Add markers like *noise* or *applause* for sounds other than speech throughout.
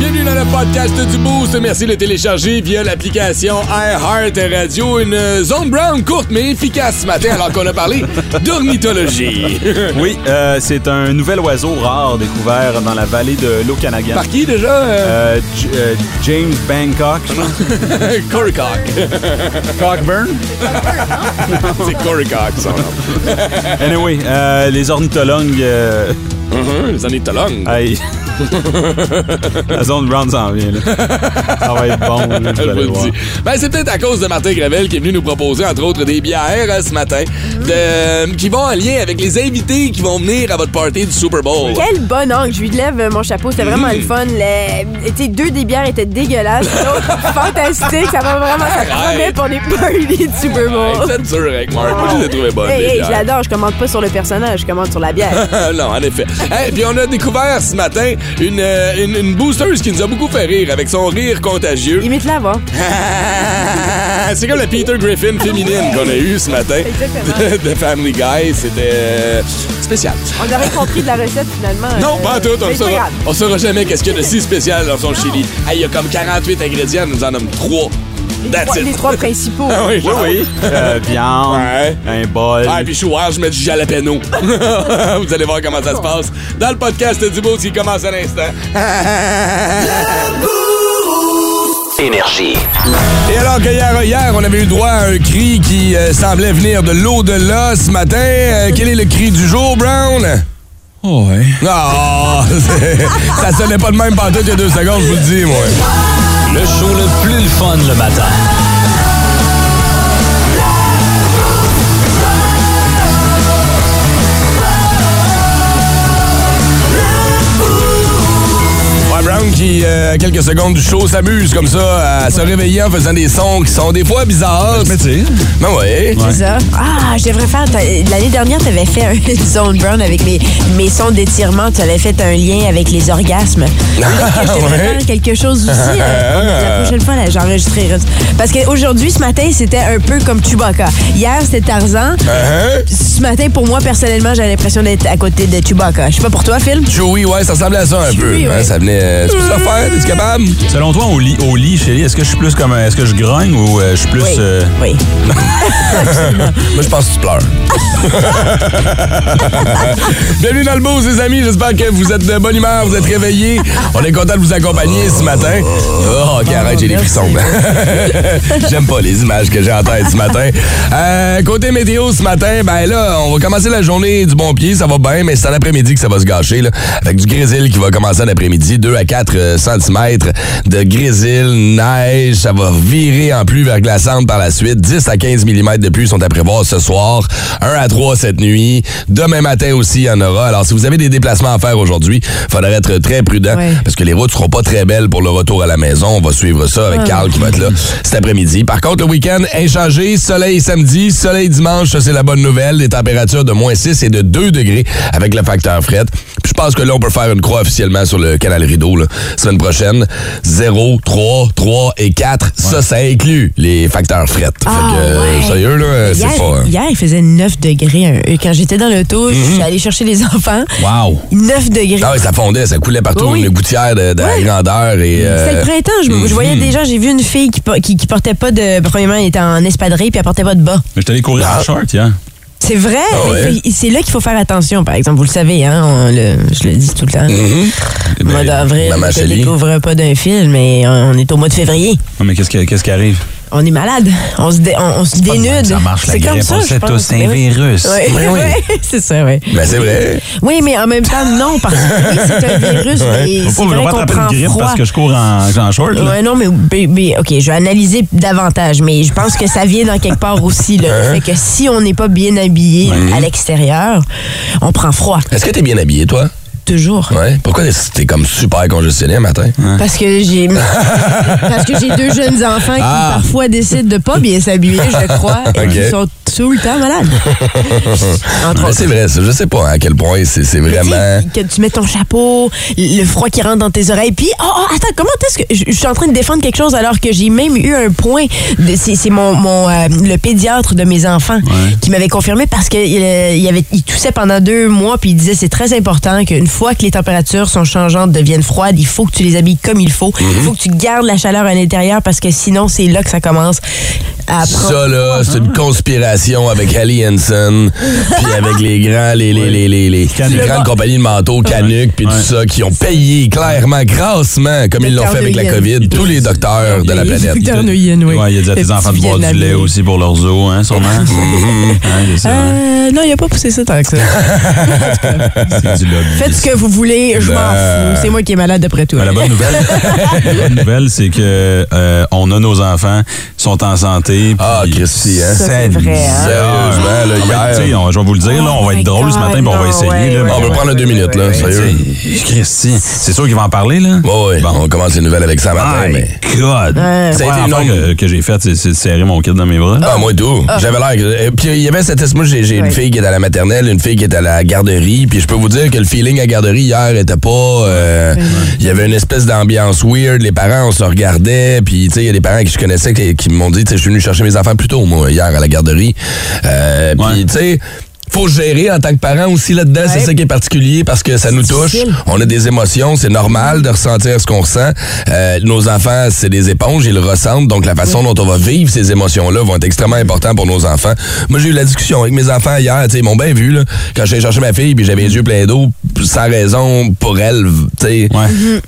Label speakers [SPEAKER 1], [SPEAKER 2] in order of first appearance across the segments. [SPEAKER 1] Bienvenue dans le podcast du Boost. Merci de le télécharger via l'application iHeart Radio. Une euh, zone brown courte mais efficace ce matin alors qu'on a parlé d'ornithologie.
[SPEAKER 2] *laughs* Oui, euh, c'est un nouvel oiseau rare découvert dans la vallée de l'Okanagan.
[SPEAKER 1] Par qui déjà? Euh,
[SPEAKER 2] Euh, J- euh, James Bangkok. je pense.
[SPEAKER 1] Corey Cock.
[SPEAKER 2] Cockburn?
[SPEAKER 1] *laughs* C'est Corey Cock, son nom.
[SPEAKER 2] *laughs* Anyway, euh, les ornithologues... euh,
[SPEAKER 1] Mhm, Les ornithologues. *laughs*
[SPEAKER 2] aïe. la zone brown s'en vient. là. Ça va être bon. là, vous
[SPEAKER 1] *laughs* Je vous
[SPEAKER 2] allez
[SPEAKER 1] le
[SPEAKER 2] voir.
[SPEAKER 1] dis. Ben, c'est peut-être à cause de Martin Gravel qui est venu nous proposer, entre autres, des bières euh, ce matin, de- euh, qui vont en lien avec les invités qui vont venir à votre party du Super Bowl.
[SPEAKER 3] Quel bon angle! Je lui lève euh, mon chapeau, c'était vraiment le fun. Le- tu sais, deux des bières étaient
[SPEAKER 1] *laughs*
[SPEAKER 3] dégueulasses, l'autre fantastique, ça va vraiment, ça promet pour les parties de Super
[SPEAKER 1] Hey,
[SPEAKER 3] Bowl.
[SPEAKER 1] C'est dur avec Mark. Moi, je les ai trouvés bonnes,
[SPEAKER 3] Hey,
[SPEAKER 1] les
[SPEAKER 3] hey,
[SPEAKER 1] bières.
[SPEAKER 3] je l'adore, je commande pas sur le personnage, je commande sur la bière.
[SPEAKER 1] *laughs* non, en effet. Et puis on a découvert ce matin une, euh, une, une boosteuse qui nous a beaucoup fait rire avec son rire contagieux. Ah,
[SPEAKER 3] Imite-la, va.
[SPEAKER 1] C'est comme la Peter Griffin féminine qu'on a eue ce matin de,
[SPEAKER 3] Exactement.
[SPEAKER 1] *laughs* de Family Guy. C'était euh, spécial.
[SPEAKER 3] On aurait compris de la recette finalement.
[SPEAKER 1] Non,
[SPEAKER 3] euh,
[SPEAKER 1] pas en tout. On
[SPEAKER 3] mais c'est pas
[SPEAKER 1] saura,
[SPEAKER 3] grave.
[SPEAKER 1] on saura jamais qu'est-ce qu'il y a de si spécial dans son chili. Hey, Il y a comme 48 ingrédients, nous en nomme 3.
[SPEAKER 3] Les trois- Les trois principaux.
[SPEAKER 1] Ah oui,
[SPEAKER 2] Oui, oui. Euh, viande,
[SPEAKER 1] Ouais.
[SPEAKER 2] un bol.
[SPEAKER 1] Ah, et puis je suis ouvert, je mets
[SPEAKER 2] *laughs*
[SPEAKER 1] du jalapeno. Vous allez voir comment ça se passe dans le podcast du beau qui commence à l'instant.
[SPEAKER 4] Énergie.
[SPEAKER 1] Et alors que hier, hier, on avait eu droit à un cri qui euh, semblait venir de l'au-delà ce matin. Euh, quel est le cri du jour, Brown?
[SPEAKER 2] Oh, ouais.
[SPEAKER 1] Ah, *laughs* c'est- ça sonnait pas de même pendant il y a deux secondes, je vous le dis, moi.
[SPEAKER 5] Le show le plus le fun le matin.
[SPEAKER 1] Ouais, Brown qui, euh, à quelques secondes du show, s'amuse comme ça à se réveiller en faisant des sons qui sont des fois bizarres.
[SPEAKER 2] Mais tu sais,
[SPEAKER 1] Ben ouais.
[SPEAKER 3] C'est ça. Ah, je devrais faire. t'as- L'année dernière, tu avais fait un *laughs* zone brown avec mes, mes sons d'étirement. Tu avais fait un lien avec les
[SPEAKER 1] *laughs*
[SPEAKER 3] orgasmes. Peut-être que je devrais
[SPEAKER 1] Ah, ouais. Ah.
[SPEAKER 3] faire quelque chose aussi. euh, la prochaine fois, là, j'enregistrerai. Parce qu'aujourd'hui, ce matin, c'était un peu comme Chewbacca. Hier, c'était Tarzan.
[SPEAKER 1] Hein?
[SPEAKER 3] Ce matin, pour moi, personnellement, j'ai l'impression d'être à côté de Chewbacca. Je sais pas pour toi, Phil.
[SPEAKER 1] Joey, ouais, ça ressemblait à ça un peu.
[SPEAKER 3] Joey, ouais.
[SPEAKER 1] Hein, ça venait. euh, C'est pour ça faire, t'es capable?
[SPEAKER 2] selon toi, au lit, au lit chérie, est-ce que je suis plus comme... un- Est-ce que je grogne ou euh, je suis plus...
[SPEAKER 3] Oui.
[SPEAKER 2] euh, *laughs*
[SPEAKER 3] Oui.
[SPEAKER 1] Moi, je pense que tu pleures. Bienvenue dans le boost, les amis. J'espère que vous êtes de bonne humeur, vous êtes réveillés. On est content de vous accompagner ce matin. Oh, ok, arrête, j'ai les frissons. *laughs* J'aime pas les images que j'ai en tête ce matin. Euh, côté météo, ce matin, ben là, on va commencer la journée du bon pied. Ça va bien, mais c'est en après-midi que ça va se gâcher. Là, avec du grésil qui va commencer en après-midi. 2 à 4 cm de grésil, neige. Ça va virer en pluie vers glaçante par la suite. 10 à 15 mm de pluie sont à prévoir ce soir. 1 à 3 cette nuit. Demain matin aussi, il y en aura. Alors, si vous avez des déplacements à faire aujourd'hui, faudrait être très prudent
[SPEAKER 3] Ouais.
[SPEAKER 1] parce que les routes seront pas très belles pour le retour à la maison. On va suivre ça avec Carl qui va être là cet après-midi. Par contre, le week-end, inchangé, soleil samedi, soleil dimanche, ça c'est la bonne nouvelle. Des températures de moins 6 et de 2 degrés avec le facteur fret. Puis je pense que là, on peut faire une croix officiellement sur le canal Rideau, là, semaine prochaine. 0, 3, 3 et 4, ça, ça inclut les facteurs fret.
[SPEAKER 3] Ah,
[SPEAKER 1] fait que, euh,
[SPEAKER 3] ouais.
[SPEAKER 1] sérieux, là, c'est
[SPEAKER 3] Hier,
[SPEAKER 1] fort. hein. Mhm.
[SPEAKER 3] hier, il faisait 9 degrés. hein. Et Quand j'étais dans l'auto, je suis allée chercher les *laughs* enfants.
[SPEAKER 2] Wow.
[SPEAKER 3] 9 degrés.
[SPEAKER 1] Ah oui, ça fondait, ça coulait partout,
[SPEAKER 3] Oui.
[SPEAKER 1] une gouttière de, de la grandeur et... euh,
[SPEAKER 3] C'était le printemps. Je, je
[SPEAKER 2] Mhm.
[SPEAKER 3] voyais des gens. J'ai vu une fille qui, por- qui, qui portait pas de. Premièrement, elle était en espadrille puis elle portait pas de bas.
[SPEAKER 2] *laughs* Mais je t'allais courir en short, hier.
[SPEAKER 3] C'est vrai.
[SPEAKER 1] Ah ouais?
[SPEAKER 3] C'est- C'est là qu'il faut faire attention, par exemple. Vous le savez, hein. on le- je le dis tout le temps. Le mois
[SPEAKER 2] Ben,
[SPEAKER 3] d'avril,
[SPEAKER 1] Maman
[SPEAKER 3] on ne
[SPEAKER 1] Shelley.
[SPEAKER 3] découvre pas d'un film, mais on est au mois de février.
[SPEAKER 2] Non, mais qu'est-ce qui, qu'est-ce qui arrive?
[SPEAKER 3] On est malade. On se, dé- on, on se
[SPEAKER 2] pas de même,
[SPEAKER 3] dénude.
[SPEAKER 2] ça marche, la
[SPEAKER 3] C'est comme
[SPEAKER 2] grippe,
[SPEAKER 3] ça,
[SPEAKER 2] on
[SPEAKER 3] je
[SPEAKER 2] sait
[SPEAKER 3] pense. Ben
[SPEAKER 2] tous, c'est un
[SPEAKER 3] Oui.
[SPEAKER 2] virus. Ben
[SPEAKER 3] Oui,
[SPEAKER 1] Oui,
[SPEAKER 3] *laughs*
[SPEAKER 1] oui.
[SPEAKER 3] oui, c'est ça, oui.
[SPEAKER 1] Ben, c'est vrai.
[SPEAKER 3] Oui, mais en même temps, non, parce que oui, c'est un virus,
[SPEAKER 2] Faut
[SPEAKER 3] mais c'est
[SPEAKER 2] pas
[SPEAKER 3] vrai
[SPEAKER 2] me
[SPEAKER 3] qu'on
[SPEAKER 2] rattraper
[SPEAKER 3] prend
[SPEAKER 2] une grippe
[SPEAKER 3] froid.
[SPEAKER 2] parce que je cours en, en short. là.
[SPEAKER 3] Ouais, non, mais, mais- mais, OK, je vais analyser davantage, mais je pense que ça vient dans quelque part aussi. Là, Le fait que si on n'est pas bien habillé à l'extérieur, on prend froid,
[SPEAKER 1] Est-ce que t'es bien habillé, toi?
[SPEAKER 3] toujours.
[SPEAKER 1] Ouais. Pourquoi t'es- t'es comme super congestionné le matin?
[SPEAKER 3] Parce que j'ai *laughs* parce que j'ai deux jeunes enfants qui
[SPEAKER 1] Ah.
[SPEAKER 3] parfois décident de pas bien s'habiller, je crois, et
[SPEAKER 1] *laughs* OK.
[SPEAKER 3] qui sont tout le temps malade. *laughs* Entre
[SPEAKER 1] Mais
[SPEAKER 3] autres.
[SPEAKER 1] c'est vrai, ça. Je sais pas hein, à quel point c'est c'est
[SPEAKER 3] Tu sais,
[SPEAKER 1] vraiment.
[SPEAKER 3] Que tu mets ton chapeau, le froid qui rentre dans tes oreilles, puis oh, oh, attends, comment est-ce que je je suis en train de défendre quelque chose alors que j'ai même eu un point. de- C'est c'est mon, mon euh, le pédiatre de mes enfants qui m'avait confirmé parce que euh, il avait il toussait pendant deux mois puis il disait c'est très important qu'une fois que les températures sont changeantes deviennent froides, il faut que tu les habilles comme il faut,
[SPEAKER 2] Mm-hmm.
[SPEAKER 3] il faut que tu gardes la chaleur à l'intérieur parce que sinon c'est là que ça commence à prendre.
[SPEAKER 1] Ça, là, c'est
[SPEAKER 3] hein.
[SPEAKER 1] une conspiration avec Hallie
[SPEAKER 3] *laughs*
[SPEAKER 1] Hansen, puis avec les grands, les, les, les, les, les, les grandes compagnies de manteaux, Canuc, puis tout ça, qui ont payé clairement, grassement, comme ils l'ont fait avec la COVID, tous les docteurs de la planète.
[SPEAKER 3] Docteur Nguyen, oui.
[SPEAKER 2] Ouais, il y a dit à
[SPEAKER 3] Le
[SPEAKER 2] tes
[SPEAKER 3] petit
[SPEAKER 2] enfants de boire du lait
[SPEAKER 3] Vietnamien.
[SPEAKER 2] aussi pour leurs os, hein,
[SPEAKER 3] *laughs*
[SPEAKER 2] sûrement. Hein, il y a ça, hein.
[SPEAKER 3] Euh, non, il a pas poussé ça tant
[SPEAKER 2] *laughs*
[SPEAKER 3] que ça. Ah.
[SPEAKER 2] C'est du lobby.
[SPEAKER 3] Faites ce que vous voulez, je m'en
[SPEAKER 1] Ben.
[SPEAKER 3] fous. C'est moi qui est malade après tout.
[SPEAKER 2] Ben, la bonne nouvelle,
[SPEAKER 3] *laughs*
[SPEAKER 2] la bonne nouvelle, c'est que euh, on a nos enfants, ils sont en santé.
[SPEAKER 1] Ah,
[SPEAKER 2] puis
[SPEAKER 1] Christy, hein?
[SPEAKER 3] Ça, c'est vrai, hein?
[SPEAKER 1] Sérieusement, là,
[SPEAKER 2] Ah, ben,
[SPEAKER 1] hier-
[SPEAKER 2] tu sais, on- je vais vous le dire, là, on va
[SPEAKER 3] Oh
[SPEAKER 2] être
[SPEAKER 3] my
[SPEAKER 2] drôle ce
[SPEAKER 3] God,
[SPEAKER 2] matin, puis on va
[SPEAKER 3] non,
[SPEAKER 2] essayer.
[SPEAKER 3] ouais,
[SPEAKER 2] là,
[SPEAKER 3] ouais,
[SPEAKER 2] mais-
[SPEAKER 1] On va
[SPEAKER 3] ouais,
[SPEAKER 1] prendre
[SPEAKER 3] ouais,
[SPEAKER 1] deux
[SPEAKER 3] ouais,
[SPEAKER 1] minutes, là,
[SPEAKER 3] ouais,
[SPEAKER 2] Tu
[SPEAKER 1] sérieux.
[SPEAKER 2] sais, Christy, c'est sûr qu'ils vont en parler, là?
[SPEAKER 1] Oui, oui, on commence les nouvelles avec ça matin,
[SPEAKER 2] My
[SPEAKER 1] mais.
[SPEAKER 2] God!
[SPEAKER 1] Ça a
[SPEAKER 2] La
[SPEAKER 1] été
[SPEAKER 2] première
[SPEAKER 1] long.
[SPEAKER 2] affaire que, que j'ai faite, c'est- c'est de serrer mon kid dans mes bras.
[SPEAKER 1] Ah, moi, tout. J'avais l'air. que- euh, Puis il y avait cette. Moi, j'ai j'ai une
[SPEAKER 3] Ouais.
[SPEAKER 1] fille qui est à la maternelle, une fille qui est à la garderie. Puis je peux vous dire que le feeling à la garderie hier était pas. euh, Il y avait une espèce d'ambiance weird. Les parents, on se regardait. Puis, tu sais, il y a des parents que je connaissais qui, qui m'ont dit, tu sais, je suis venu chercher mes enfants plus tôt, moi, hier à la garderie. Euh, Puis,
[SPEAKER 2] Ouais.
[SPEAKER 1] tu sais. Faut gérer en tant que parent aussi là-dedans, c'est ça qui est particulier parce que ça nous touche.
[SPEAKER 3] difficile.
[SPEAKER 1] On a des émotions, c'est normal de ressentir ce qu'on ressent. Euh, nos enfants, c'est des éponges, ils le ressentent. Donc, la façon dont on va vivre ces émotions-là vont être extrêmement importantes pour nos enfants. Moi, j'ai eu la discussion avec mes enfants hier. tu sais, Ils m'ont bien vu là, quand j'allais chercher ma fille puis j'avais les yeux pleins d'eau, sans raison, pour elle. tu sais.
[SPEAKER 2] Ouais.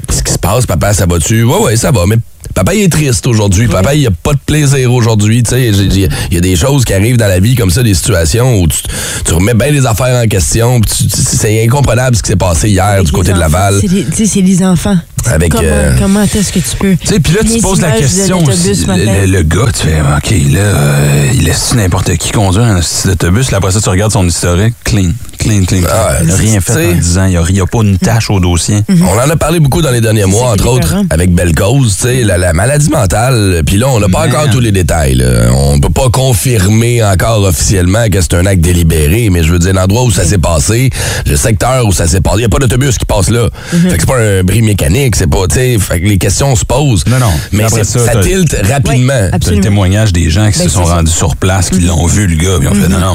[SPEAKER 1] Qu'est-ce qui se passe, papa? Ça va-tu? Ouais, ouais, ça va. Mais papa, il est triste aujourd'hui. Papa, il a pas de plaisir aujourd'hui. Tu sais, j'ai- j'ai- il y a des choses qui arrivent dans la vie comme ça, des situations où tu, tu remets bien les affaires en question. puis tu- tu- C'est incomprenable ce qui s'est passé hier
[SPEAKER 3] Avec
[SPEAKER 1] du côté
[SPEAKER 3] les
[SPEAKER 1] de Laval.
[SPEAKER 3] enfants, c'est les- Tu sais, c'est les enfants.
[SPEAKER 1] Avec,
[SPEAKER 3] Comment,
[SPEAKER 1] euh,
[SPEAKER 3] comment est-ce que tu peux.
[SPEAKER 1] Tu sais, puis là, tu
[SPEAKER 3] Les
[SPEAKER 1] poses la
[SPEAKER 3] images de
[SPEAKER 1] question
[SPEAKER 3] l'autobus
[SPEAKER 1] aussi.
[SPEAKER 3] ce matin.
[SPEAKER 2] Le, le- le gars, tu fais, OK, là, euh, il laisse n'importe qui conduire un petit autobus. Là, après ça, tu regardes son historique. Clean, clean, clean. clean.
[SPEAKER 1] Ah,
[SPEAKER 2] Il a rien
[SPEAKER 1] tu sais.
[SPEAKER 2] fait en 10 ans. Il n'y a, pas une tâche au dossier.
[SPEAKER 3] Mhm.
[SPEAKER 1] On en a parlé beaucoup dans les derniers mois,
[SPEAKER 3] qui
[SPEAKER 1] entre
[SPEAKER 3] est
[SPEAKER 1] autres,
[SPEAKER 3] épeurant.
[SPEAKER 1] avec Belle Cause, tu sais, la, la maladie mentale. Puis là, on n'a pas
[SPEAKER 2] Man.
[SPEAKER 1] encore tous les détails. là. On peut pas confirmer encore officiellement que c'est un acte délibéré, mais je veux dire, l'endroit où ça s'est passé, le secteur où ça s'est passé, il n'y a pas d'autobus qui passe là.
[SPEAKER 3] Mhm.
[SPEAKER 1] Fait que c'est pas un bris mécanique, c'est pas, tu sais, fait que les questions se posent.
[SPEAKER 2] Non, non.
[SPEAKER 1] Mais
[SPEAKER 2] Après
[SPEAKER 1] c'est-
[SPEAKER 2] ça,
[SPEAKER 1] ça,
[SPEAKER 2] t'as-
[SPEAKER 1] tilte rapidement.
[SPEAKER 3] absolument.
[SPEAKER 2] C'est le témoignage des gens qui
[SPEAKER 3] Ben,
[SPEAKER 2] se sont
[SPEAKER 3] c'est ça. Mhm.
[SPEAKER 2] rendus sur place, qui l'ont vu, le gars. Puis on fait, non, non,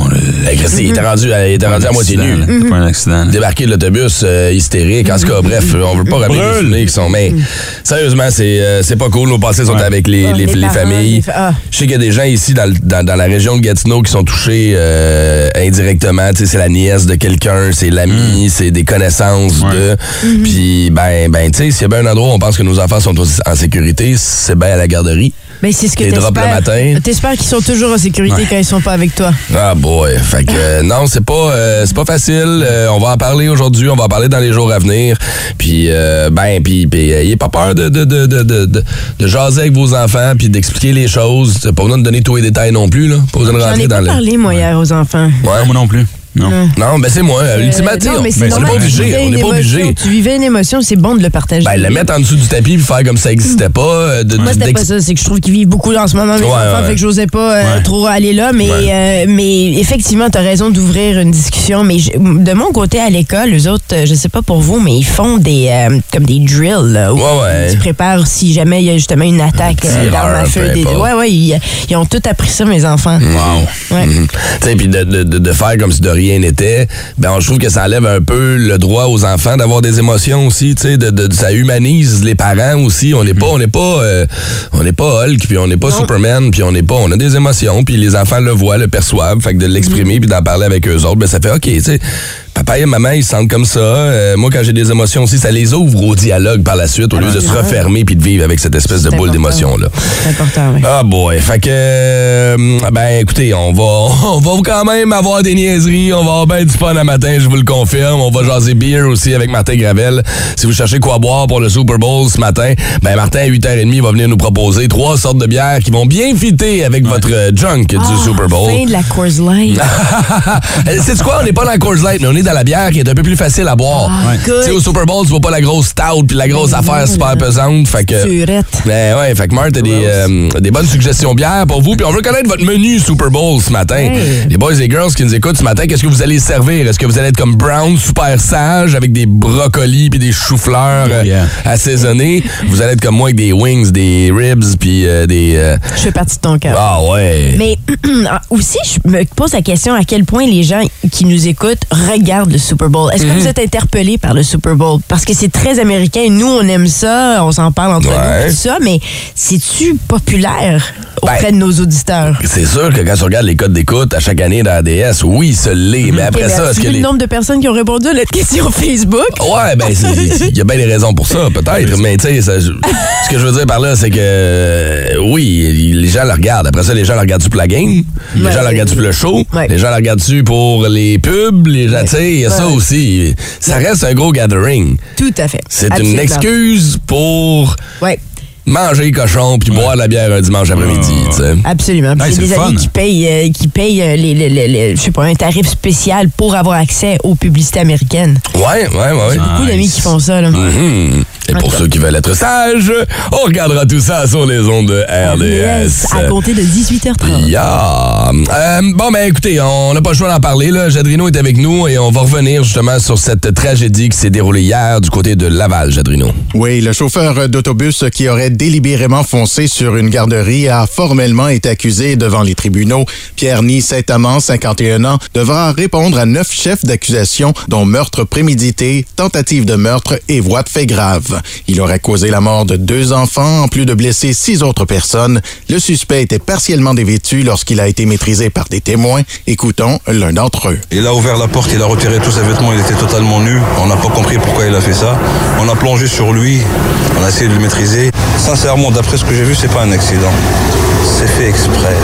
[SPEAKER 1] Hey, Euh, Christy, il était rendu, à- il était rendu à moitié nu. là.
[SPEAKER 2] C'est pas un accident. là.
[SPEAKER 1] débarquer de l'autobus euh, hystérique. En tout cas,
[SPEAKER 2] *laughs*
[SPEAKER 1] bref, on veut pas ramener les souvenirs qui sont. Mais sérieusement, c'est euh, c'est pas cool. Nos passés sont avec les,
[SPEAKER 3] Ah,
[SPEAKER 1] les,
[SPEAKER 3] les
[SPEAKER 1] les
[SPEAKER 3] parents,
[SPEAKER 1] familles.
[SPEAKER 3] les fa- ah.
[SPEAKER 1] Je sais qu'il y a des gens ici dans, le- dans, dans la région de Gatineau qui sont touchés euh, indirectement. Tu sais, c'est la nièce de quelqu'un, c'est l'ami,
[SPEAKER 2] Hmm.
[SPEAKER 1] c'est des connaissances de.
[SPEAKER 3] Hmm.
[SPEAKER 1] Puis ben ben tu sais, s'il y a bien un endroit où on pense que nos enfants sont aussi en sécurité, c'est bien à la garderie.
[SPEAKER 3] Ben, c'est ce que
[SPEAKER 1] les drops
[SPEAKER 3] *laughs*
[SPEAKER 1] le
[SPEAKER 3] t'espères.
[SPEAKER 1] matin.
[SPEAKER 3] T'espères qu'ils sont toujours en sécurité quand ils sont pas avec toi.
[SPEAKER 1] Ah boy, fait que euh, non, c'est pas euh, c'est pas facile. Euh, on va en parler aujourd'hui, on va en parler dans les jours à venir. Puis euh, ben puis puis euh, ayez pas peur de de, de, de, de de de jaser avec vos enfants puis d'expliquer les choses, c'est pas besoin de donner tous les détails non plus là, pas besoin de
[SPEAKER 3] J'en
[SPEAKER 1] rentrer
[SPEAKER 3] ai
[SPEAKER 1] dans
[SPEAKER 3] pas
[SPEAKER 1] le
[SPEAKER 3] parlé, moi, hier, aux enfants.
[SPEAKER 2] Non,
[SPEAKER 1] Ouais.
[SPEAKER 2] moi non plus. Non.
[SPEAKER 1] Non, ben c'est moi,
[SPEAKER 3] Euh,
[SPEAKER 1] ultimement tu sais,
[SPEAKER 3] non, mais
[SPEAKER 1] on-
[SPEAKER 3] c'est
[SPEAKER 1] ben, on n'est
[SPEAKER 3] normal,
[SPEAKER 1] pas
[SPEAKER 3] tu
[SPEAKER 1] obligé,
[SPEAKER 3] vivais
[SPEAKER 1] on
[SPEAKER 3] une
[SPEAKER 1] n'est pas
[SPEAKER 3] émotion,
[SPEAKER 1] obligé.
[SPEAKER 3] Tu vivais une émotion, c'est bon de le partager.
[SPEAKER 1] Ben le mettre en dessous du tapis puis faire comme ça existait pas euh, de,
[SPEAKER 3] Moi, c'était
[SPEAKER 1] d'ex-
[SPEAKER 3] pas ça. C'est que je trouve qu'ils vivent beaucoup en ce moment, mes
[SPEAKER 1] Ouais,
[SPEAKER 3] enfants,
[SPEAKER 1] ouais.
[SPEAKER 3] fait que j'osais pas euh,
[SPEAKER 2] Ouais.
[SPEAKER 3] trop aller là. Mais, euh, mais effectivement, t'as raison d'ouvrir une discussion. Mais je- de mon côté, à l'école, les autres, euh, je sais pas pour vous, mais ils font des euh, comme des drills là, où
[SPEAKER 1] Ouais, ouais.
[SPEAKER 3] tu prépares si jamais il y a justement une attaque euh, d'arme à
[SPEAKER 1] tireur,
[SPEAKER 3] feu.
[SPEAKER 1] peu
[SPEAKER 3] Des,
[SPEAKER 1] importe.
[SPEAKER 3] ouais, ouais, ils, ils ont tout appris ça, mes enfants.
[SPEAKER 1] Wow.
[SPEAKER 3] Ouais.
[SPEAKER 1] Mhm. Tu sais, puis de, de- de- de faire comme si de rien n'était, ben je trouve que ça enlève un peu le droit aux enfants d'avoir des émotions aussi, tu sais, de, de- ça humanise les parents aussi. On n'est pas, on n'est pas, euh, on n'est pas Hulk, puis on n'est pas Superman, puis on n'est pas, on a des émotions, puis les enfants le voient, le perçoivent, fait que de l'exprimer puis d'en parler avec eux autres, ben ça fait ok, tu sais. Papa et maman, ils se sentent comme ça. Euh, moi, quand j'ai des émotions aussi, ça les ouvre au dialogue par la suite, au lieu de se refermer puis de vivre avec cette espèce de
[SPEAKER 3] Ah. C'est
[SPEAKER 1] boule
[SPEAKER 3] important.
[SPEAKER 1] d'émotions là.
[SPEAKER 3] C'est important, oui.
[SPEAKER 1] Ah boy, fait que euh, ben écoutez, on va *laughs* on va quand même avoir des niaiseries, on va avoir bien du fun à matin, je vous le confirme. On va jaser beer aussi avec Martin Gravel. Si vous cherchez quoi boire pour le Super Bowl ce matin, ben Martin à 8h30 va venir nous proposer trois sortes de bières qui vont bien fitter avec votre euh, junk du Super Bowl.
[SPEAKER 3] Ah, Fin de la course Light.
[SPEAKER 1] *laughs* Euh, C'est quoi, on n'est pas dans la Coors Light, mais on est à la bière qui est un peu plus facile à boire.
[SPEAKER 3] Ah,
[SPEAKER 1] Tu sais, au
[SPEAKER 3] good. Mm-hmm.
[SPEAKER 1] Super Bowl, tu vois pas la grosse stout puis la grosse affaire super pesante. Fait que.
[SPEAKER 3] Surette.
[SPEAKER 1] Ben ouais, fait que Marthe a des, euh, des bonnes suggestions bières pour vous. Puis on veut connaître votre menu Super Bowl ce matin.
[SPEAKER 3] Hey.
[SPEAKER 1] Les boys et girls qui nous écoutent ce matin, qu'est-ce que vous allez servir? Est-ce que vous allez être comme Brown, super sage, avec des brocolis puis des choux-fleurs euh,
[SPEAKER 2] Yeah.
[SPEAKER 1] assaisonnés? Vous allez être comme moi avec des wings, des ribs puis euh, des... euh,
[SPEAKER 3] Je fais partie de ton cœur.
[SPEAKER 1] Ah ouais!
[SPEAKER 3] Mais *clears throat* ah, aussi, je me pose la question à quel point les gens qui nous écoutent regardent le Super Bowl.
[SPEAKER 1] Mhm.
[SPEAKER 3] Est-ce que vous êtes interpellés par le Super Bowl? Parce que c'est très américain. Nous, on aime ça, on s'en parle entre
[SPEAKER 1] Ouais.
[SPEAKER 3] nous, tout ça, mais c'est-tu populaire auprès
[SPEAKER 1] Ben,
[SPEAKER 3] de nos auditeurs?
[SPEAKER 1] C'est sûr que quand tu regardes les codes d'écoute à chaque année dans la DS, oui, ça l'est. Mais après
[SPEAKER 3] Québec,
[SPEAKER 1] ça, est-ce
[SPEAKER 3] tu
[SPEAKER 1] que
[SPEAKER 3] veux
[SPEAKER 1] les...
[SPEAKER 3] le nombre de personnes qui ont répondu à notre *laughs* question Facebook?
[SPEAKER 1] Ouais, ben, il y a bien des raisons pour ça, peut-être. mais tu sais, ça- je- ce que je veux dire par là, c'est que euh, oui, les gens le regardent. Après ça, les gens le regardent-tu pour la game? Les
[SPEAKER 3] Ouais.
[SPEAKER 1] gens le regardent-tu pour le show?
[SPEAKER 3] Ouais.
[SPEAKER 1] Les gens le regardent-tu pour les pubs? Les gens, tu sais, il y a ça
[SPEAKER 3] Ouais.
[SPEAKER 1] aussi. Ça reste un gros gathering.
[SPEAKER 3] Tout à fait.
[SPEAKER 1] C'est une
[SPEAKER 3] Absolument.
[SPEAKER 1] excuse pour
[SPEAKER 3] Ouais.
[SPEAKER 1] manger cochon puis boire la bière un dimanche après-midi, tu sais.
[SPEAKER 3] Absolument. Puis
[SPEAKER 2] Hey,
[SPEAKER 3] Il y a
[SPEAKER 2] c'est
[SPEAKER 3] des
[SPEAKER 2] le
[SPEAKER 3] amis
[SPEAKER 2] fun.
[SPEAKER 3] qui payent, euh, qui payent euh, les, les- les- les- je sais pas, un tarif spécial pour avoir accès aux publicités américaines.
[SPEAKER 1] Ouais, ouais, ouais. ouais.
[SPEAKER 3] Beaucoup d'amis qui font ça. Là.
[SPEAKER 1] Mhm. Et pour ceux qui veulent être sages, on regardera tout ça sur les ondes de
[SPEAKER 3] Yes,
[SPEAKER 1] RDS.
[SPEAKER 3] à compter de 18h30.
[SPEAKER 1] *laughs* Yeah. Euh, bon, ben écoutez, on n'a pas le choix d'en parler. Là. Jadrino est avec nous et on va revenir justement sur cette tragédie qui s'est déroulée hier du côté de Laval, Jadrino.
[SPEAKER 6] Oui, le chauffeur d'autobus qui aurait délibérément foncé sur une garderie a formellement été accusé devant les tribunaux. Pierre Ny Saint-Amand, 51 ans, devra répondre à neuf chefs d'accusation, dont meurtre prémédité, tentative de meurtre et voie de fait grave. Il aurait causé la mort de deux enfants, en plus de blesser six autres personnes. Le suspect était partiellement dévêtu lorsqu'il a été maîtrisé par des témoins. Écoutons l'un d'entre eux.
[SPEAKER 7] Il a ouvert la porte, il a retiré tous ses vêtements, il était totalement nu. On n'a pas compris pourquoi il a fait ça. On a plongé sur lui, on a essayé de le maîtriser. Sincèrement, d'après ce que j'ai vu, c'est pas un accident. C'est fait exprès.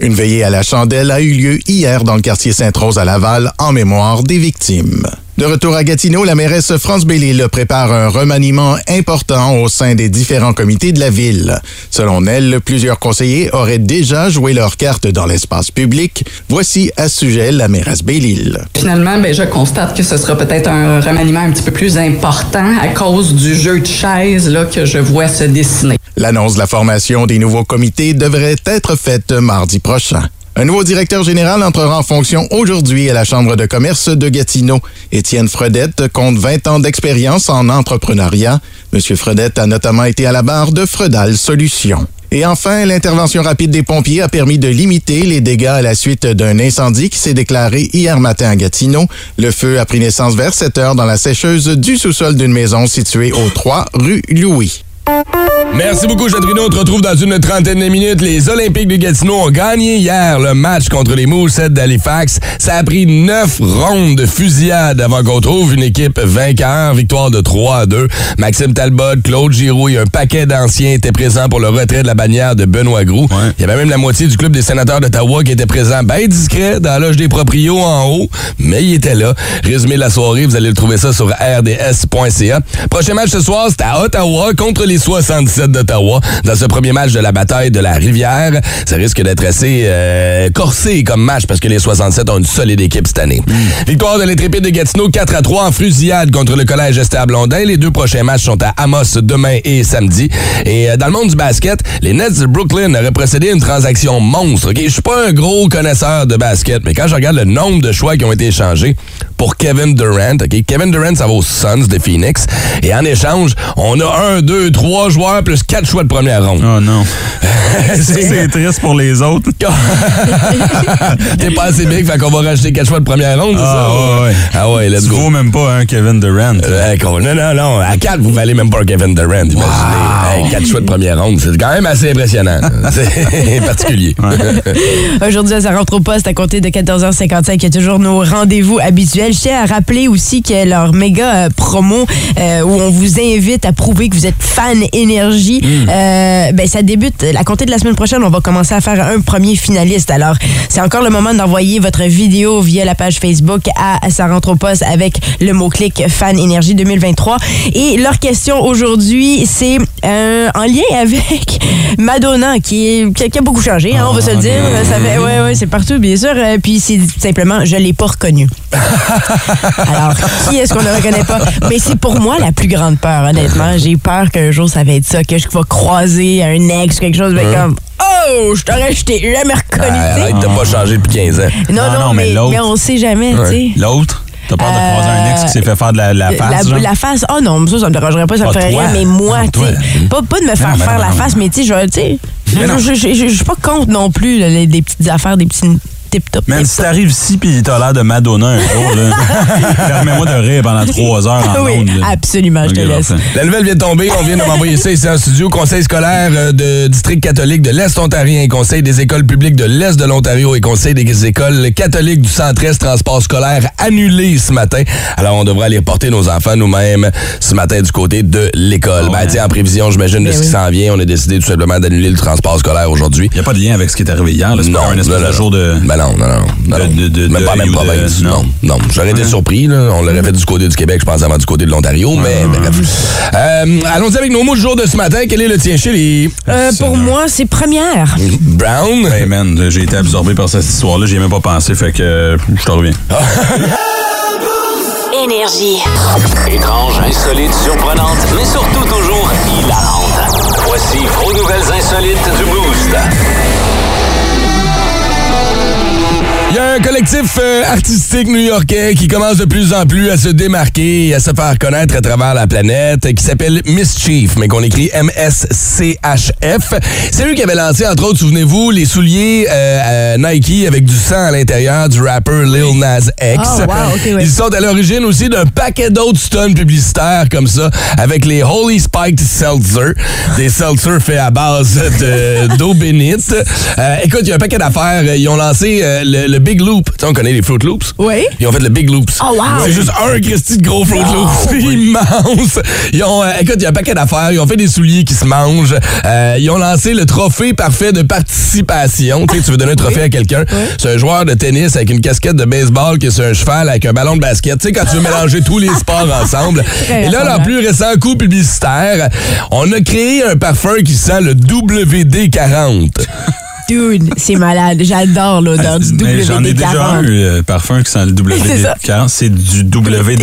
[SPEAKER 6] Une veillée à la chandelle a eu lieu hier dans le quartier Sainte-Rose à Laval en mémoire des victimes. De retour à Gatineau, la mairesse France Bellil prépare un remaniement important au sein des différents comités de la ville. Selon elle, plusieurs conseillers auraient déjà joué leur carte dans l'espace public. Voici à ce sujet la mairesse Bellil.
[SPEAKER 8] Finalement, ben, je constate que ce sera peut-être un remaniement un petit peu plus important à cause du jeu de chaises là, que je vois se dessiner.
[SPEAKER 6] L'annonce de la formation des nouveaux comités devrait être faite mardi prochain. Un nouveau directeur général entrera en fonction aujourd'hui à la Chambre de commerce de Gatineau. Étienne Fredette compte 20 ans d'expérience en entrepreneuriat. Monsieur Fredette a notamment été à la barre de Fredal Solutions. Et enfin, l'intervention rapide des pompiers a permis de limiter les dégâts à la suite d'un incendie qui s'est déclaré hier matin à Gatineau. Le feu a pris naissance vers 7 heures dans la sécheuse du sous-sol d'une maison située au 3 rue Louis.
[SPEAKER 1] Merci beaucoup, Jadrino. On te retrouve dans une trentaine de minutes. Les Olympiques de Gatineau ont gagné hier le match contre les Mooseheads d'Halifax. Ça a pris neuf rondes de fusillade avant qu'on trouve une équipe vainqueur. Victoire de 3 à 2. Maxime Talbot, Claude Giroux et un paquet d'anciens étaient présents pour le retrait de la bannière de Benoît Groux.
[SPEAKER 2] Ouais.
[SPEAKER 1] Il y avait même la moitié du club des sénateurs d'Ottawa qui était présent, bien discret, dans la loge des proprios en haut, mais il était là. Résumé de la soirée, vous allez le trouver ça sur rds.ca. Prochain match ce soir, c'est à Ottawa contre les 67 d'Ottawa. Dans ce premier match de la bataille de la rivière, ça risque d'être assez euh, corsé comme match parce que les 67 ont une solide équipe cette année. Mm. Victoire de l'intrépide de Gatineau 4 à 3 en fusillade contre le collège Esther Blondin. Les deux prochains matchs sont à Amos demain et samedi. Et euh, dans le monde du basket, les Nets de Brooklyn auraient procédé à une transaction monstre. ok? Je suis pas un gros connaisseur de basket, mais quand je regarde le nombre de choix qui ont été échangés pour Kevin Durant, ok, Kevin Durant, ça va aux Suns de Phoenix. Et en échange, on a un, deux, trois joueurs plus quatre choix de première ronde.
[SPEAKER 2] Oh
[SPEAKER 1] *laughs*
[SPEAKER 2] non.
[SPEAKER 1] C'est-
[SPEAKER 2] C'est triste pour les autres.
[SPEAKER 1] *laughs* T'es pas assez big, fait qu'on va racheter quatre choix de première ronde, c'est
[SPEAKER 2] Ah,
[SPEAKER 1] ça?
[SPEAKER 2] ouais, ouais.
[SPEAKER 1] Ah ouais, let's
[SPEAKER 2] Tu
[SPEAKER 1] go.
[SPEAKER 2] vaux même pas un Kevin Durant.
[SPEAKER 1] Euh, qu'on- non, non, non. À 4, vous valez même pas Kevin Durant, imaginez. 4 choix de première ronde, c'est quand même assez impressionnant. *laughs* C'est particulier.
[SPEAKER 3] *laughs*
[SPEAKER 1] *laughs*
[SPEAKER 3] Aujourd'hui, ça rentre au poste à compter de 14h55. Il y a toujours nos rendez-vous habituels. Je tiens à rappeler aussi que leur méga euh, promo euh, où on vous invite à prouver que vous êtes fan énergie, euh, ben, ça débute à compter de la semaine prochaine. On va commencer à faire un premier finaliste. Alors, c'est encore le moment d'envoyer votre vidéo via la page Facebook à Ça rentre au poste avec le mot-clic fan énergie 2023. Et leur question aujourd'hui, c'est euh, en lien avec *laughs* Madonna qui, est- qui a- qui a beaucoup changé, hein, on va se le dire. Ça fait, ouais, ouais, c'est partout, bien sûr. Euh, Puis c'est simplement, je l'ai pas reconnu. Alors, qui est-ce qu'on ne reconnaît pas? Mais c'est pour moi la plus grande peur, honnêtement. J'ai peur qu'un jour, ça va être ça, que je vais croiser un ex ou quelque chose, mais comme « Oh, je t'aurais jeté, je t'ai jamais reconnu! tu sais.
[SPEAKER 1] Arrête, t'as pas changé depuis 15 ans.
[SPEAKER 3] Non, non,
[SPEAKER 2] Non, non, mais
[SPEAKER 3] mais, mais,
[SPEAKER 2] l'autre.
[SPEAKER 3] on sait jamais, tu sais.
[SPEAKER 2] L'autre, t'as peur de
[SPEAKER 3] Euh,
[SPEAKER 2] croiser un ex qui s'est fait faire de la, la face,
[SPEAKER 3] la,
[SPEAKER 2] genre?
[SPEAKER 3] la face, oh non, ça, ça me dérangerait pas, ça me
[SPEAKER 2] Pas
[SPEAKER 3] ferait
[SPEAKER 2] toi.
[SPEAKER 3] rien, mais moi,
[SPEAKER 2] Non,
[SPEAKER 3] tu sais,
[SPEAKER 2] toi.
[SPEAKER 3] pas, pas de me faire
[SPEAKER 2] Non, mais
[SPEAKER 3] faire
[SPEAKER 2] non,
[SPEAKER 3] la
[SPEAKER 2] non,
[SPEAKER 3] face, mais tu sais, je, tu sais, je- je je- je suis pas contre non plus là, les- des petites affaires, des petits tip-top.
[SPEAKER 2] Même si t'arrives ici pis t'as l'air de Madonna un jour,
[SPEAKER 3] *laughs*
[SPEAKER 2] là. Permets-moi de rire pendant trois heures en
[SPEAKER 3] Oui,
[SPEAKER 2] ondes, là.
[SPEAKER 3] absolument, je te
[SPEAKER 2] Ok,
[SPEAKER 3] laisse.
[SPEAKER 2] parfait.
[SPEAKER 1] La nouvelle vient de tomber, on vient de m'envoyer ça ici en studio. Conseil scolaire euh, de district catholique de l'Est ontarien, conseil des écoles publiques de l'Est de l'Ontario et conseil des écoles catholiques du centre-est transport scolaire annulé ce matin. Alors, on devra aller porter nos enfants nous-mêmes ce matin du côté de l'école.
[SPEAKER 2] Oh,
[SPEAKER 1] Ben, tiens, en prévision, j'imagine, de
[SPEAKER 2] Ben
[SPEAKER 1] ce qui s'en vient, on a décidé tout simplement d'annuler le transport scolaire aujourd'hui.
[SPEAKER 2] Y a pas de lien avec ce qui est arrivé hier, là. C'est pas un espèce de jour de...
[SPEAKER 1] Ben non, non, non. non, non.
[SPEAKER 2] De- de- de-
[SPEAKER 1] même pas
[SPEAKER 2] de-
[SPEAKER 1] la même
[SPEAKER 2] ou de-
[SPEAKER 1] province. non,
[SPEAKER 2] non.
[SPEAKER 1] non. J'aurais été surpris. Là. On l'aurait fait du côté du Québec, je pense, avant du côté de l'Ontario. Mais bref. Euh, Allons-y avec nos mots du jour de ce matin. Quel est le tien chez les
[SPEAKER 3] Euh, pour moi, c'est première.
[SPEAKER 1] Brown?
[SPEAKER 2] Hey Ben, man, j'ai été absorbé par cette histoire-là, j'y ai même pas pensé, fait que euh, je te reviens.
[SPEAKER 9] Énergie.
[SPEAKER 4] Étrange, insolite, surprenante, mais surtout toujours hilarante. Voici vos nouvelles insolites du Boost.
[SPEAKER 1] Il y a un collectif euh, artistique new-yorkais qui commence de plus en plus à se démarquer et à se faire connaître à travers la planète, euh, qui s'appelle Mischief, mais qu'on écrit M-S-C-H-F. C'est lui qui avait lancé, entre autres, souvenez-vous, les souliers euh, euh, Nike avec du sang à l'intérieur du rapper Lil Nas X.
[SPEAKER 3] Oh, wow, ok, ouais.
[SPEAKER 1] Ils sont à l'origine aussi d'un paquet d'autres stuns publicitaires comme ça, avec les Holy Spiked Seltzer, des seltzers faits à base de- d'eau bénite. Euh, écoute, il y a un paquet d'affaires. Ils ont lancé euh, le, le Big Loop. Tu sais, on connaît les Fruit Loops?
[SPEAKER 3] Oui.
[SPEAKER 1] Ils ont fait le Big Loops.
[SPEAKER 3] Oh, wow.
[SPEAKER 1] C'est juste un Christy de gros Fruit Loops. Immense. Ils ont, euh, écoute, il y a un paquet d'affaires. Ils ont fait des souliers qui se mangent. Euh, ils ont lancé le trophée parfait de participation. Tu sais, tu veux donner un trophée à quelqu'un. C'est un joueur de tennis avec une casquette de baseball qui est sur un cheval avec un ballon de basket. Tu sais, quand tu veux mélanger tous les sports ensemble.
[SPEAKER 3] Très
[SPEAKER 1] Et là, leur
[SPEAKER 3] rassembleur.
[SPEAKER 1] plus récent coup publicitaire, on a créé un parfum qui sent le WD-40.
[SPEAKER 3] Dude, c'est malade. J'adore l'odeur du
[SPEAKER 2] Mais J'en ai déjà un
[SPEAKER 3] WD-40.
[SPEAKER 2] euh, parfum qui sent le
[SPEAKER 3] C'est ça.
[SPEAKER 2] WD-40, c'est du
[SPEAKER 3] *laughs*
[SPEAKER 2] WD.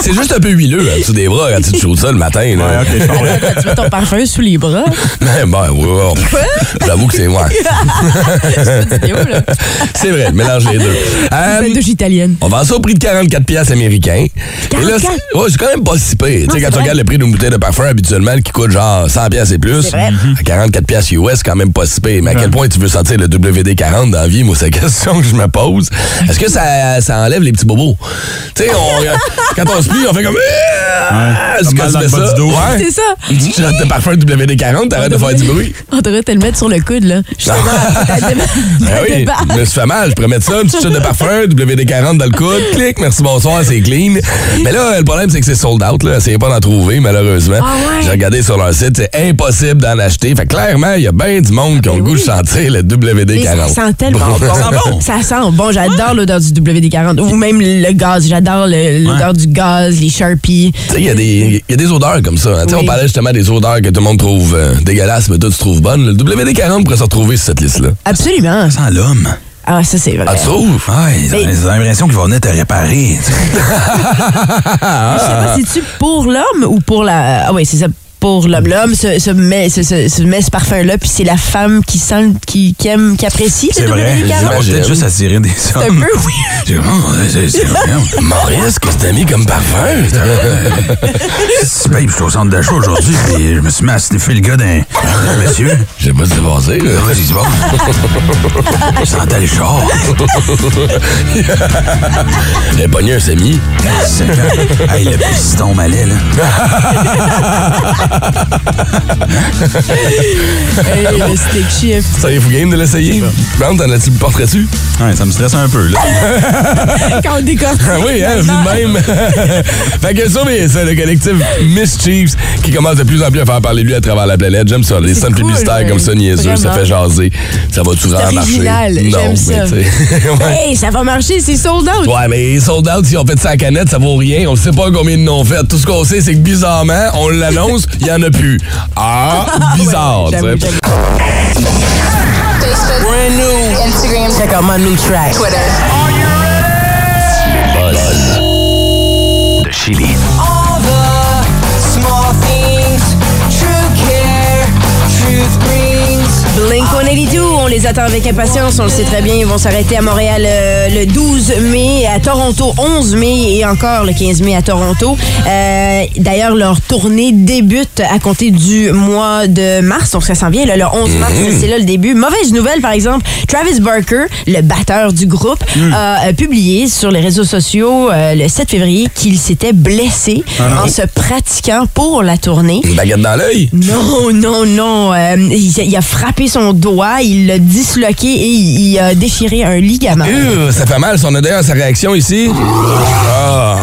[SPEAKER 1] C'est juste un peu huileux en dessous des bras quand tu te chaudes ça le matin. là.
[SPEAKER 2] Ouais, ok, je comprends.
[SPEAKER 3] Attends, Tu mets ton parfum sous les
[SPEAKER 2] *laughs*
[SPEAKER 3] bras.
[SPEAKER 1] *laughs* Ben, ben, oui, oui, on- J'avoue que
[SPEAKER 3] *laughs*
[SPEAKER 1] c'est moi.
[SPEAKER 3] C'est pas idiot, là.
[SPEAKER 1] C'est vrai, mélange les deux. Euh,
[SPEAKER 3] C'est une douche italienne.
[SPEAKER 1] on vend ça au prix de 44 pièces américains. Et là,
[SPEAKER 3] 44?
[SPEAKER 1] c'est ouais, c'est quand même pas si pire. Tu sais,
[SPEAKER 3] Ah, c'est
[SPEAKER 1] quand tu
[SPEAKER 3] vrai.
[SPEAKER 1] regardes le prix d'une bouteille de parfum habituellement qui coûte genre 100 pièces et plus,
[SPEAKER 3] vrai.
[SPEAKER 1] à 44 pièces US, c'est quand même pas si pire. Mais à quel point tu veux sentir le WD-40 dans la vie, moi, c'est la question que je me pose. Est-ce que ça, ça enlève les petits bobos? Tu sais, on- quand on se plie, on fait comme... Ah, Est-ce
[SPEAKER 2] Comme
[SPEAKER 1] que
[SPEAKER 2] mal dans
[SPEAKER 1] tu
[SPEAKER 2] le
[SPEAKER 1] fais
[SPEAKER 2] bas
[SPEAKER 1] ça?
[SPEAKER 2] du dos.
[SPEAKER 1] Ouais.
[SPEAKER 3] C'est ça.
[SPEAKER 1] Une petite shot de parfum WD-40, t'arrêtes de faire du bruit.
[SPEAKER 3] On devrait te le mettre sur le
[SPEAKER 2] *laughs*
[SPEAKER 3] coude, là. Justement, après ta déba-
[SPEAKER 1] Ah
[SPEAKER 3] ta
[SPEAKER 1] oui, *laughs*
[SPEAKER 3] débarque.
[SPEAKER 1] je me suis fait mal. Je pourrais mettre ça, une petite shot de
[SPEAKER 3] *laughs*
[SPEAKER 1] parfum, WD-40 dans le coude, clic, merci, bonsoir, c'est clean. Mais là, le problème, c'est que c'est sold out. Là. Essayez pas d'en trouver, malheureusement.
[SPEAKER 3] Ah ouais?
[SPEAKER 1] J'ai regardé sur leur site, c'est impossible d'en acheter. Fait que clairement, il y a bien du monde
[SPEAKER 3] Ah,
[SPEAKER 1] qui ont le
[SPEAKER 3] ben
[SPEAKER 1] goût de sentir le
[SPEAKER 3] Mais ça
[SPEAKER 1] WD-40.
[SPEAKER 3] sent
[SPEAKER 1] *laughs*
[SPEAKER 3] tellement bon. Ça sent bon. J'adore l'odeur du WD-40. Ou même le gaz. J'adore le- l'odeur du gaz, les Sharpies.
[SPEAKER 1] Tu sais, Il y, a des- il y a des odeurs comme ça. hein. Tu sais, On
[SPEAKER 3] Oui.
[SPEAKER 1] parlait justement des odeurs que tout le monde trouve euh, dégueulasses, mais toi, tu trouves bonnes. Le WD-40 pourrait se retrouver sur cette liste-là.
[SPEAKER 3] Absolument.
[SPEAKER 2] Sans l'homme.
[SPEAKER 3] Ah, ça, c'est vrai.
[SPEAKER 1] Ah, tu trouves?
[SPEAKER 2] Ouais, j'ai l'impression qu'il va venir te réparer. tu sais.
[SPEAKER 3] Je sais
[SPEAKER 1] Ah.
[SPEAKER 3] pas, c'est-tu pour l'homme ou pour la. Ah oui, c'est ça. Pour l'homme. L'homme se, se met, se, se- se met ce parfum-là, puis c'est la femme qui sent, qui, qui aime, qui apprécie
[SPEAKER 2] C'est
[SPEAKER 3] le
[SPEAKER 2] vrai.
[SPEAKER 3] WD-40.
[SPEAKER 2] On va peut-être juste attirer des
[SPEAKER 3] C'est un
[SPEAKER 2] hommes.
[SPEAKER 3] peu,
[SPEAKER 1] *laughs*
[SPEAKER 3] oui.
[SPEAKER 2] J'ai- oh, c'est- c'est- c'est-
[SPEAKER 1] Maurice, qu'est-ce que t'as mis
[SPEAKER 2] *laughs*
[SPEAKER 1] comme parfum?
[SPEAKER 2] Si, Babe, je suis au centre d'achat aujourd'hui, puis je me suis mis à sniffer le gars d'un d'un monsieur.
[SPEAKER 1] Je sais pas si c'est passé. là.
[SPEAKER 2] Vas-y, c'est bon.
[SPEAKER 1] *laughs*
[SPEAKER 2] Je sentais le char.
[SPEAKER 1] J'ai pogné un semi.
[SPEAKER 2] C'est quand- Hey, le piston malais, là.
[SPEAKER 3] Hey, le steak
[SPEAKER 1] *laughs*
[SPEAKER 3] shift.
[SPEAKER 1] Ça y est, fou game de l'essayer. Brown, t'en as-tu le portrait dessus?
[SPEAKER 2] Ouais, ça me stresse un peu, là.
[SPEAKER 3] Quand on décortique.
[SPEAKER 1] Ah oui, hein, vu de même. *laughs* fait que ça, mais c'est le collectif Miss Chiefs qui commence de plus en plus à faire parler de lui à travers la planète. J'aime ça, les
[SPEAKER 3] C'est
[SPEAKER 1] scènes
[SPEAKER 3] cool,
[SPEAKER 1] publicitaires
[SPEAKER 3] ouais.
[SPEAKER 1] comme ça, niaiseux, ça
[SPEAKER 3] Vraiment.
[SPEAKER 1] fait jaser. Ça va tout vraiment marcher.
[SPEAKER 3] original,
[SPEAKER 1] Non,
[SPEAKER 3] j'aime ça.
[SPEAKER 1] mais tu sais, *laughs* ouais.
[SPEAKER 3] Hey, ça va marcher, c'est sold out.
[SPEAKER 1] Ouais, mais sold out, si on fait ça à canette, ça vaut rien. On sait pas combien de noms fait. Tout ce qu'on sait, c'est que bizarrement, on l'annonce, il y en a plus.
[SPEAKER 3] *laughs*
[SPEAKER 1] Ah, bizarre, tu sais.
[SPEAKER 3] j'avoue, j'avoue. Instagram. Check out my new track.
[SPEAKER 9] Twitter.
[SPEAKER 4] Chili.
[SPEAKER 3] Blink 182, on les attend avec impatience, on le sait très bien, ils vont s'arrêter à Montréal euh, le 12 mai, à Toronto 11 mai et encore le 15 mai à Toronto. Euh, D'ailleurs, leur tournée débute à compter du mois de mars, donc ça s'en vient, là, le 11 mars, c'est là le début. Mauvaise nouvelle, par exemple, Travis Barker, le batteur du groupe, a euh, publié sur les réseaux sociaux euh, le 7 février qu'il s'était blessé en se pratiquant pour la tournée.
[SPEAKER 1] Une baguette dans l'œil?
[SPEAKER 3] Non, non, non. Euh, il, a- il a frappé son doigt, il l'a disloqué et il, il a déchiré un ligament.
[SPEAKER 1] Euh, ça fait mal, si on a d'ailleurs sa réaction ici. Ah,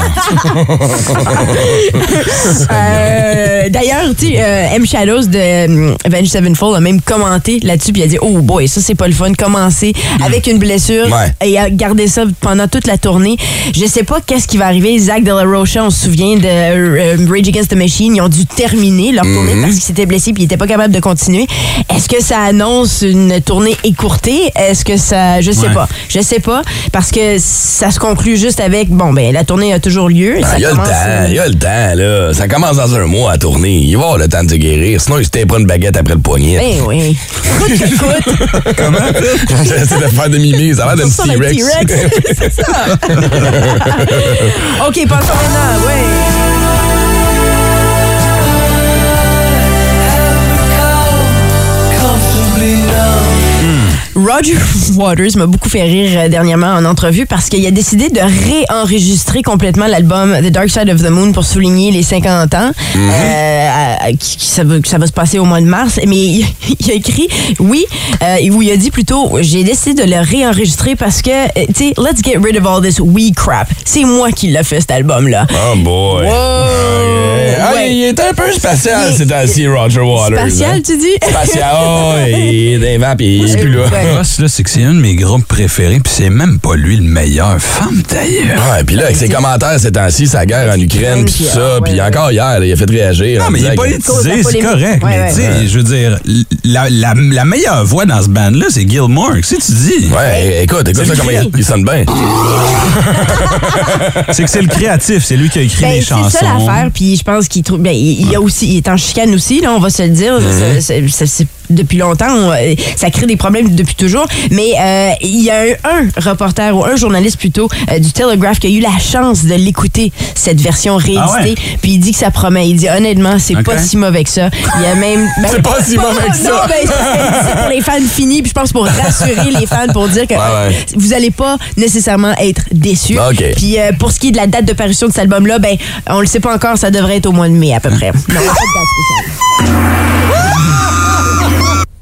[SPEAKER 3] Euh, D'ailleurs, tu sais, euh, M. Shadows de euh, Avenged Sevenfold a même commenté là-dessus puis il a dit « Oh boy, ça c'est pas le fun, commencer avec une blessure
[SPEAKER 1] Hmm. Ouais.
[SPEAKER 3] et a gardé ça pendant toute la tournée. » Je sais pas qu'est-ce qui va arriver. Zach de la Rocha, on se souvient de euh, Rage Against the Machine, ils ont dû terminer
[SPEAKER 1] Hmm.
[SPEAKER 3] leur tournée parce qu'ils s'étaient blessés puis ils étaient pas capables de continuer. Est-ce que ça annonce une tournée écourtée? Est-ce que ça... Je sais
[SPEAKER 2] Ouais.
[SPEAKER 3] pas. Je sais pas parce que ça se conclut juste avec, bon, ben la tournée a toujours lieu.
[SPEAKER 1] *laughs* ah,
[SPEAKER 3] ça
[SPEAKER 1] il y a le
[SPEAKER 3] commence,
[SPEAKER 1] temps,
[SPEAKER 3] euh,
[SPEAKER 1] il y a le temps, là. Ça commence dans un mois à tourner. Il va avoir le temps de se guérir. Sinon, il se tapera une baguette après le poignet.
[SPEAKER 3] Ben oui,
[SPEAKER 1] *laughs*
[SPEAKER 3] oui. Coûte que *laughs* coûte. *laughs*
[SPEAKER 1] J'essaie de faire demi-mise. Ça a l'air d'un
[SPEAKER 3] Ça ressemble à un
[SPEAKER 1] T-Rex. *laughs*
[SPEAKER 3] T-Rex. C'est ça. OK, passons maintenant. Oui. Roger Waters m'a beaucoup fait rire euh, dernièrement en entrevue parce qu'il a décidé de réenregistrer complètement l'album The Dark Side of the Moon pour souligner les 50 ans. Euh, à- à- qui- qui- ça, va, ça va se passer au mois de mars. Mais il, *laughs* il a écrit, oui, euh, ou il a dit plutôt, j'ai décidé de le réenregistrer parce que, euh, tu sais, let's get rid of all this wee crap. C'est moi qui l'ai fait cet album-là.
[SPEAKER 1] Oh boy.
[SPEAKER 3] Wow!
[SPEAKER 1] Ah,
[SPEAKER 3] Ouais.
[SPEAKER 1] il il est un peu spatial,
[SPEAKER 3] Il-
[SPEAKER 1] c'est ainsi, Roger Waters.
[SPEAKER 3] Spatial,
[SPEAKER 1] hein.
[SPEAKER 3] tu dis?
[SPEAKER 1] Spatial,
[SPEAKER 3] *laughs*
[SPEAKER 1] oh, il est dans les vents, puis il est plus là.
[SPEAKER 3] Ouais.
[SPEAKER 2] Ross, là, c'est que c'est un de mes groupes préférés, puis c'est même pas lui le meilleur. Femme d'ailleurs.
[SPEAKER 1] Ouais, Ah, puis là, avec ses commentaires ces temps-ci, sa guerre en Ukraine, puis tout ça,
[SPEAKER 3] Ouais,
[SPEAKER 1] puis
[SPEAKER 3] ouais.
[SPEAKER 1] encore hier, là, il a fait réagir.
[SPEAKER 2] Non, mais il est
[SPEAKER 3] cause de la
[SPEAKER 2] politisé, c'est
[SPEAKER 3] polémique.
[SPEAKER 2] correct.
[SPEAKER 3] Ouais,
[SPEAKER 2] mais
[SPEAKER 3] ouais.
[SPEAKER 2] tu sais, je veux dire, la, la- la meilleure voix dans ce band-là, c'est Gilmore. Qu'est-ce que tu dis?
[SPEAKER 1] Ouais, eh, écoute, écoute ça
[SPEAKER 2] C'est
[SPEAKER 1] comment
[SPEAKER 2] lui.
[SPEAKER 1] il, il sonne bien.
[SPEAKER 2] *laughs* C'est que c'est le créatif, c'est lui qui a écrit
[SPEAKER 3] Ben,
[SPEAKER 2] les chansons.
[SPEAKER 3] C'est ça l'affaire, puis je pense qu'il trouve. ben, il, il a aussi, il est en chicane aussi, là, on va se le dire.
[SPEAKER 2] Mm-hmm.
[SPEAKER 3] Ça- ça- ça- c'est- depuis longtemps, on- euh, ça crée des problèmes depuis toujours. Mais euh, il y a eu un reporter ou un journaliste plutôt euh, du Telegraph qui a eu la chance de l'écouter, cette version rééditée.
[SPEAKER 2] Ah ouais?
[SPEAKER 3] Puis il dit que ça promet. Il dit honnêtement, c'est
[SPEAKER 2] Ok.
[SPEAKER 3] pas si mauvais que ça. Il y
[SPEAKER 2] *laughs*
[SPEAKER 3] a même. ben,
[SPEAKER 1] C'est pas si mauvais que ça.
[SPEAKER 3] Non, ben, c'est parce que c'est pour les fans finis, puis je pense pour rassurer les fans, pour dire que euh,
[SPEAKER 1] Ouais, ouais.
[SPEAKER 3] vous n'allez pas nécessairement être déçus.
[SPEAKER 1] Ok.
[SPEAKER 3] Puis euh, pour ce qui est de la date de parution de cet album-là, ben on le sait pas encore, ça devrait être au mois de mai à peu près. Non,
[SPEAKER 1] Hmm.
[SPEAKER 3] pas de date spéciale.
[SPEAKER 1] *laughs*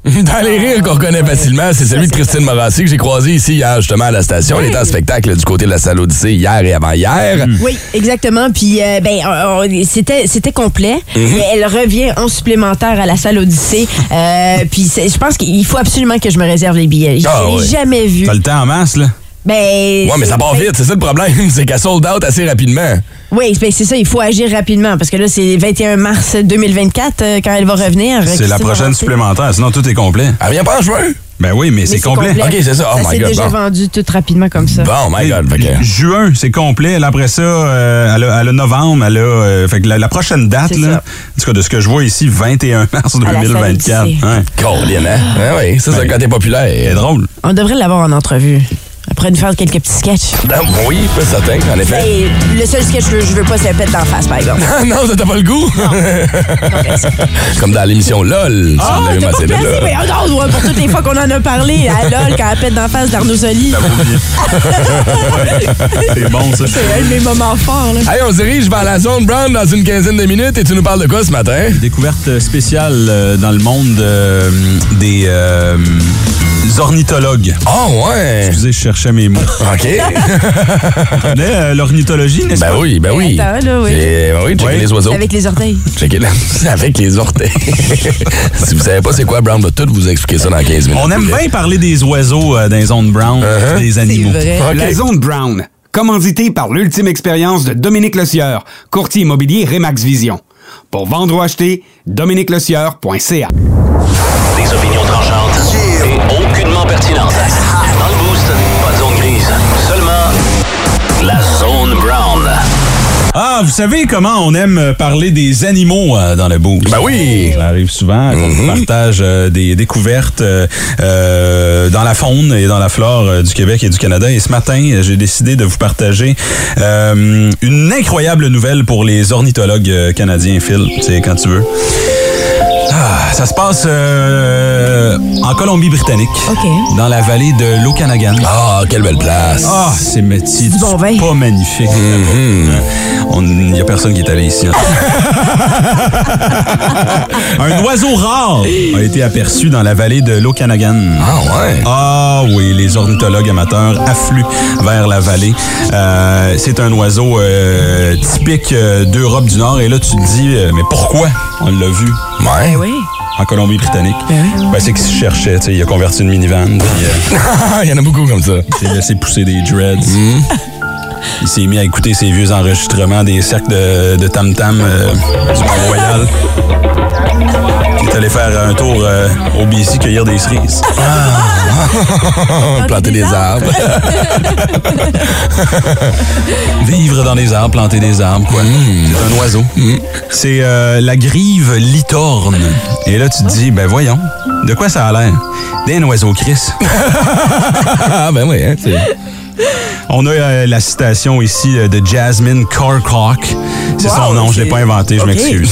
[SPEAKER 1] Dans les rires qu'on connaît facilement, c'est celui de Christine Morassi que j'ai croisé ici hier, justement, à la station. Elle était en spectacle du côté de la salle Odyssée hier et avant-hier.
[SPEAKER 3] Oui, exactement. Puis euh, ben on- on- c'était c'était complet,
[SPEAKER 1] Mhm.
[SPEAKER 3] mais elle revient en supplémentaire à la salle Odyssée. Euh, puis c'est- je pense qu'il faut absolument que je me réserve les billets. Je
[SPEAKER 1] Ah,
[SPEAKER 3] l'ai
[SPEAKER 1] ouais.
[SPEAKER 3] jamais vu.
[SPEAKER 2] T'as le temps en masse, là?
[SPEAKER 3] Ben
[SPEAKER 1] Ouais, mais ça part
[SPEAKER 3] ben,
[SPEAKER 1] vite, c'est ça le problème, *laughs* c'est qu'elle sold out assez rapidement.
[SPEAKER 3] Oui, ben, c'est ça, il faut agir rapidement parce que là c'est 21 mars 2024 euh, quand elle va revenir.
[SPEAKER 2] C'est la
[SPEAKER 3] Christine
[SPEAKER 2] prochaine
[SPEAKER 3] Morancy.
[SPEAKER 2] supplémentaire, sinon tout est complet.
[SPEAKER 1] Elle vient pas en juin?
[SPEAKER 2] Ben oui, mais,
[SPEAKER 3] Mais
[SPEAKER 2] c'est complet.
[SPEAKER 1] complet. Ok, c'est ça. Oh my
[SPEAKER 3] s'est
[SPEAKER 1] God,
[SPEAKER 3] déjà
[SPEAKER 1] bon.
[SPEAKER 3] vendu tout rapidement comme ça.
[SPEAKER 1] Bon, ben. my God, fait que-
[SPEAKER 2] Juin, c'est complet. Là, Après ça, euh, elle, a, elle a novembre. Elle a, euh, fait que la, la prochaine date,
[SPEAKER 3] C'est
[SPEAKER 2] là,
[SPEAKER 3] ça.
[SPEAKER 2] en tout cas, de ce que je vois ici, 21 mars
[SPEAKER 3] la salle
[SPEAKER 2] 2024.
[SPEAKER 3] Odyssée.
[SPEAKER 2] Ouais.
[SPEAKER 1] Colin, hein? Ah oui, ça, c'est
[SPEAKER 2] Ben,
[SPEAKER 1] quand t'es
[SPEAKER 2] C'est
[SPEAKER 1] populaire.
[SPEAKER 2] drôle.
[SPEAKER 3] On devrait l'avoir en entrevue. Après nous faire quelques petits sketchs.
[SPEAKER 1] Ah, oui, pas certain, en effet.
[SPEAKER 3] Hey, le seul sketch que je veux pas, c'est la pète d'en face, par
[SPEAKER 1] *laughs*
[SPEAKER 3] exemple.
[SPEAKER 1] Ah non, ça t'a pas le goût? *laughs* Comme dans l'émission LOL, si vous
[SPEAKER 3] Oh,
[SPEAKER 1] l'avez
[SPEAKER 3] t'as pas
[SPEAKER 1] mentionné,
[SPEAKER 3] placé,
[SPEAKER 1] là.
[SPEAKER 3] mais oh non, ouais, pour toutes les fois qu'on en a parlé, à LOL, quand la pète d'en face d'Arnaud Soli. *laughs* ah,
[SPEAKER 2] C'est bon, ça.
[SPEAKER 3] C'est un de mes moments forts, là.
[SPEAKER 1] Allez, on se dirige vers la zone brown dans une quinzaine de minutes et tu nous parles de quoi ce matin?
[SPEAKER 2] Découverte spéciale euh, dans le monde euh, des euh, ornithologues.
[SPEAKER 1] Oh, ouais!
[SPEAKER 2] Excusez, je cherchais mes mots. *laughs*
[SPEAKER 1] OK.
[SPEAKER 2] Mais, euh, L'ornithologie, n'est-ce
[SPEAKER 1] ben
[SPEAKER 2] pas?
[SPEAKER 1] oui, ben oui.
[SPEAKER 3] Attends, là, oui.
[SPEAKER 1] Et, ben oui, checker
[SPEAKER 2] Oui.
[SPEAKER 1] les oiseaux.
[SPEAKER 3] Avec les orteils.
[SPEAKER 1] Checker les- *laughs* Avec les orteils. si vous savez pas c'est quoi, Brown va tout vous expliquer ça dans 15 minutes.
[SPEAKER 2] On aime bien parler des oiseaux euh, dans les zones brown, des animaux.
[SPEAKER 3] vrai.
[SPEAKER 1] OK.
[SPEAKER 10] La Zone Brown, commandité par l'ultime expérience de Dominique Lecieur, courtier immobilier Remax Vision. Pour vendre ou acheter, dominiquelecieur.ca.
[SPEAKER 4] Des opinions tranchantes et aucunement pertinentes. Dans le boost, pas de zone grise, seulement la zone brown.
[SPEAKER 2] Ah,
[SPEAKER 11] Ah, vous savez comment on aime euh, parler des animaux euh, dans le boost? Ben oui! Ça arrive souvent qu'on partage euh, des découvertes euh, euh, dans la faune et dans la flore euh, du Québec et du Canada. Et ce matin, euh, j'ai décidé de vous partager euh, une incroyable nouvelle pour les ornithologues euh, canadiens, Phil. Tu sais, quand tu veux. Ah, ça se passe euh, en Colombie-Britannique, dans la vallée de l'Okanagan. Ah, quelle belle place! Ah, c'est métier du pas magnifique. Mhm. On- Il n'y a personne qui est allé ici. hein. *laughs* Un oiseau rare a été aperçu dans la vallée de l'Okanagan. Ah ouais? Ah oui, les ornithologues amateurs affluent vers la vallée. Euh, c'est un oiseau euh, typique euh, d'Europe du Nord. Et là, tu te dis, euh, mais pourquoi on l'a vu? Ouais. En Colombie-Britannique. Ben, c'est qu'il se cherchait. tu sais, Il a converti une minivan. *laughs* Il y en a beaucoup comme ça. Mm. Il s'est laissé pousser des dreads. Il s'est mis à écouter ses vieux enregistrements des cercles de, de Tam Tam euh, du Mont-Royal. Il est allé faire un tour euh, au BC cueillir des cerises. *laughs* planter des arbres. Vivre dans des arbres, planter des arbres, quoi. C'est un oiseau. C'est euh, la grive litorne. Et là, tu te dis, ben voyons, de quoi ça a l'air? D'un oiseau *laughs* Chris. ben oui, hein, c'est- on a euh, la citation ici euh, de Jasmine Carcock. C'est son nom, je ne l'ai pas inventé, je m'excuse.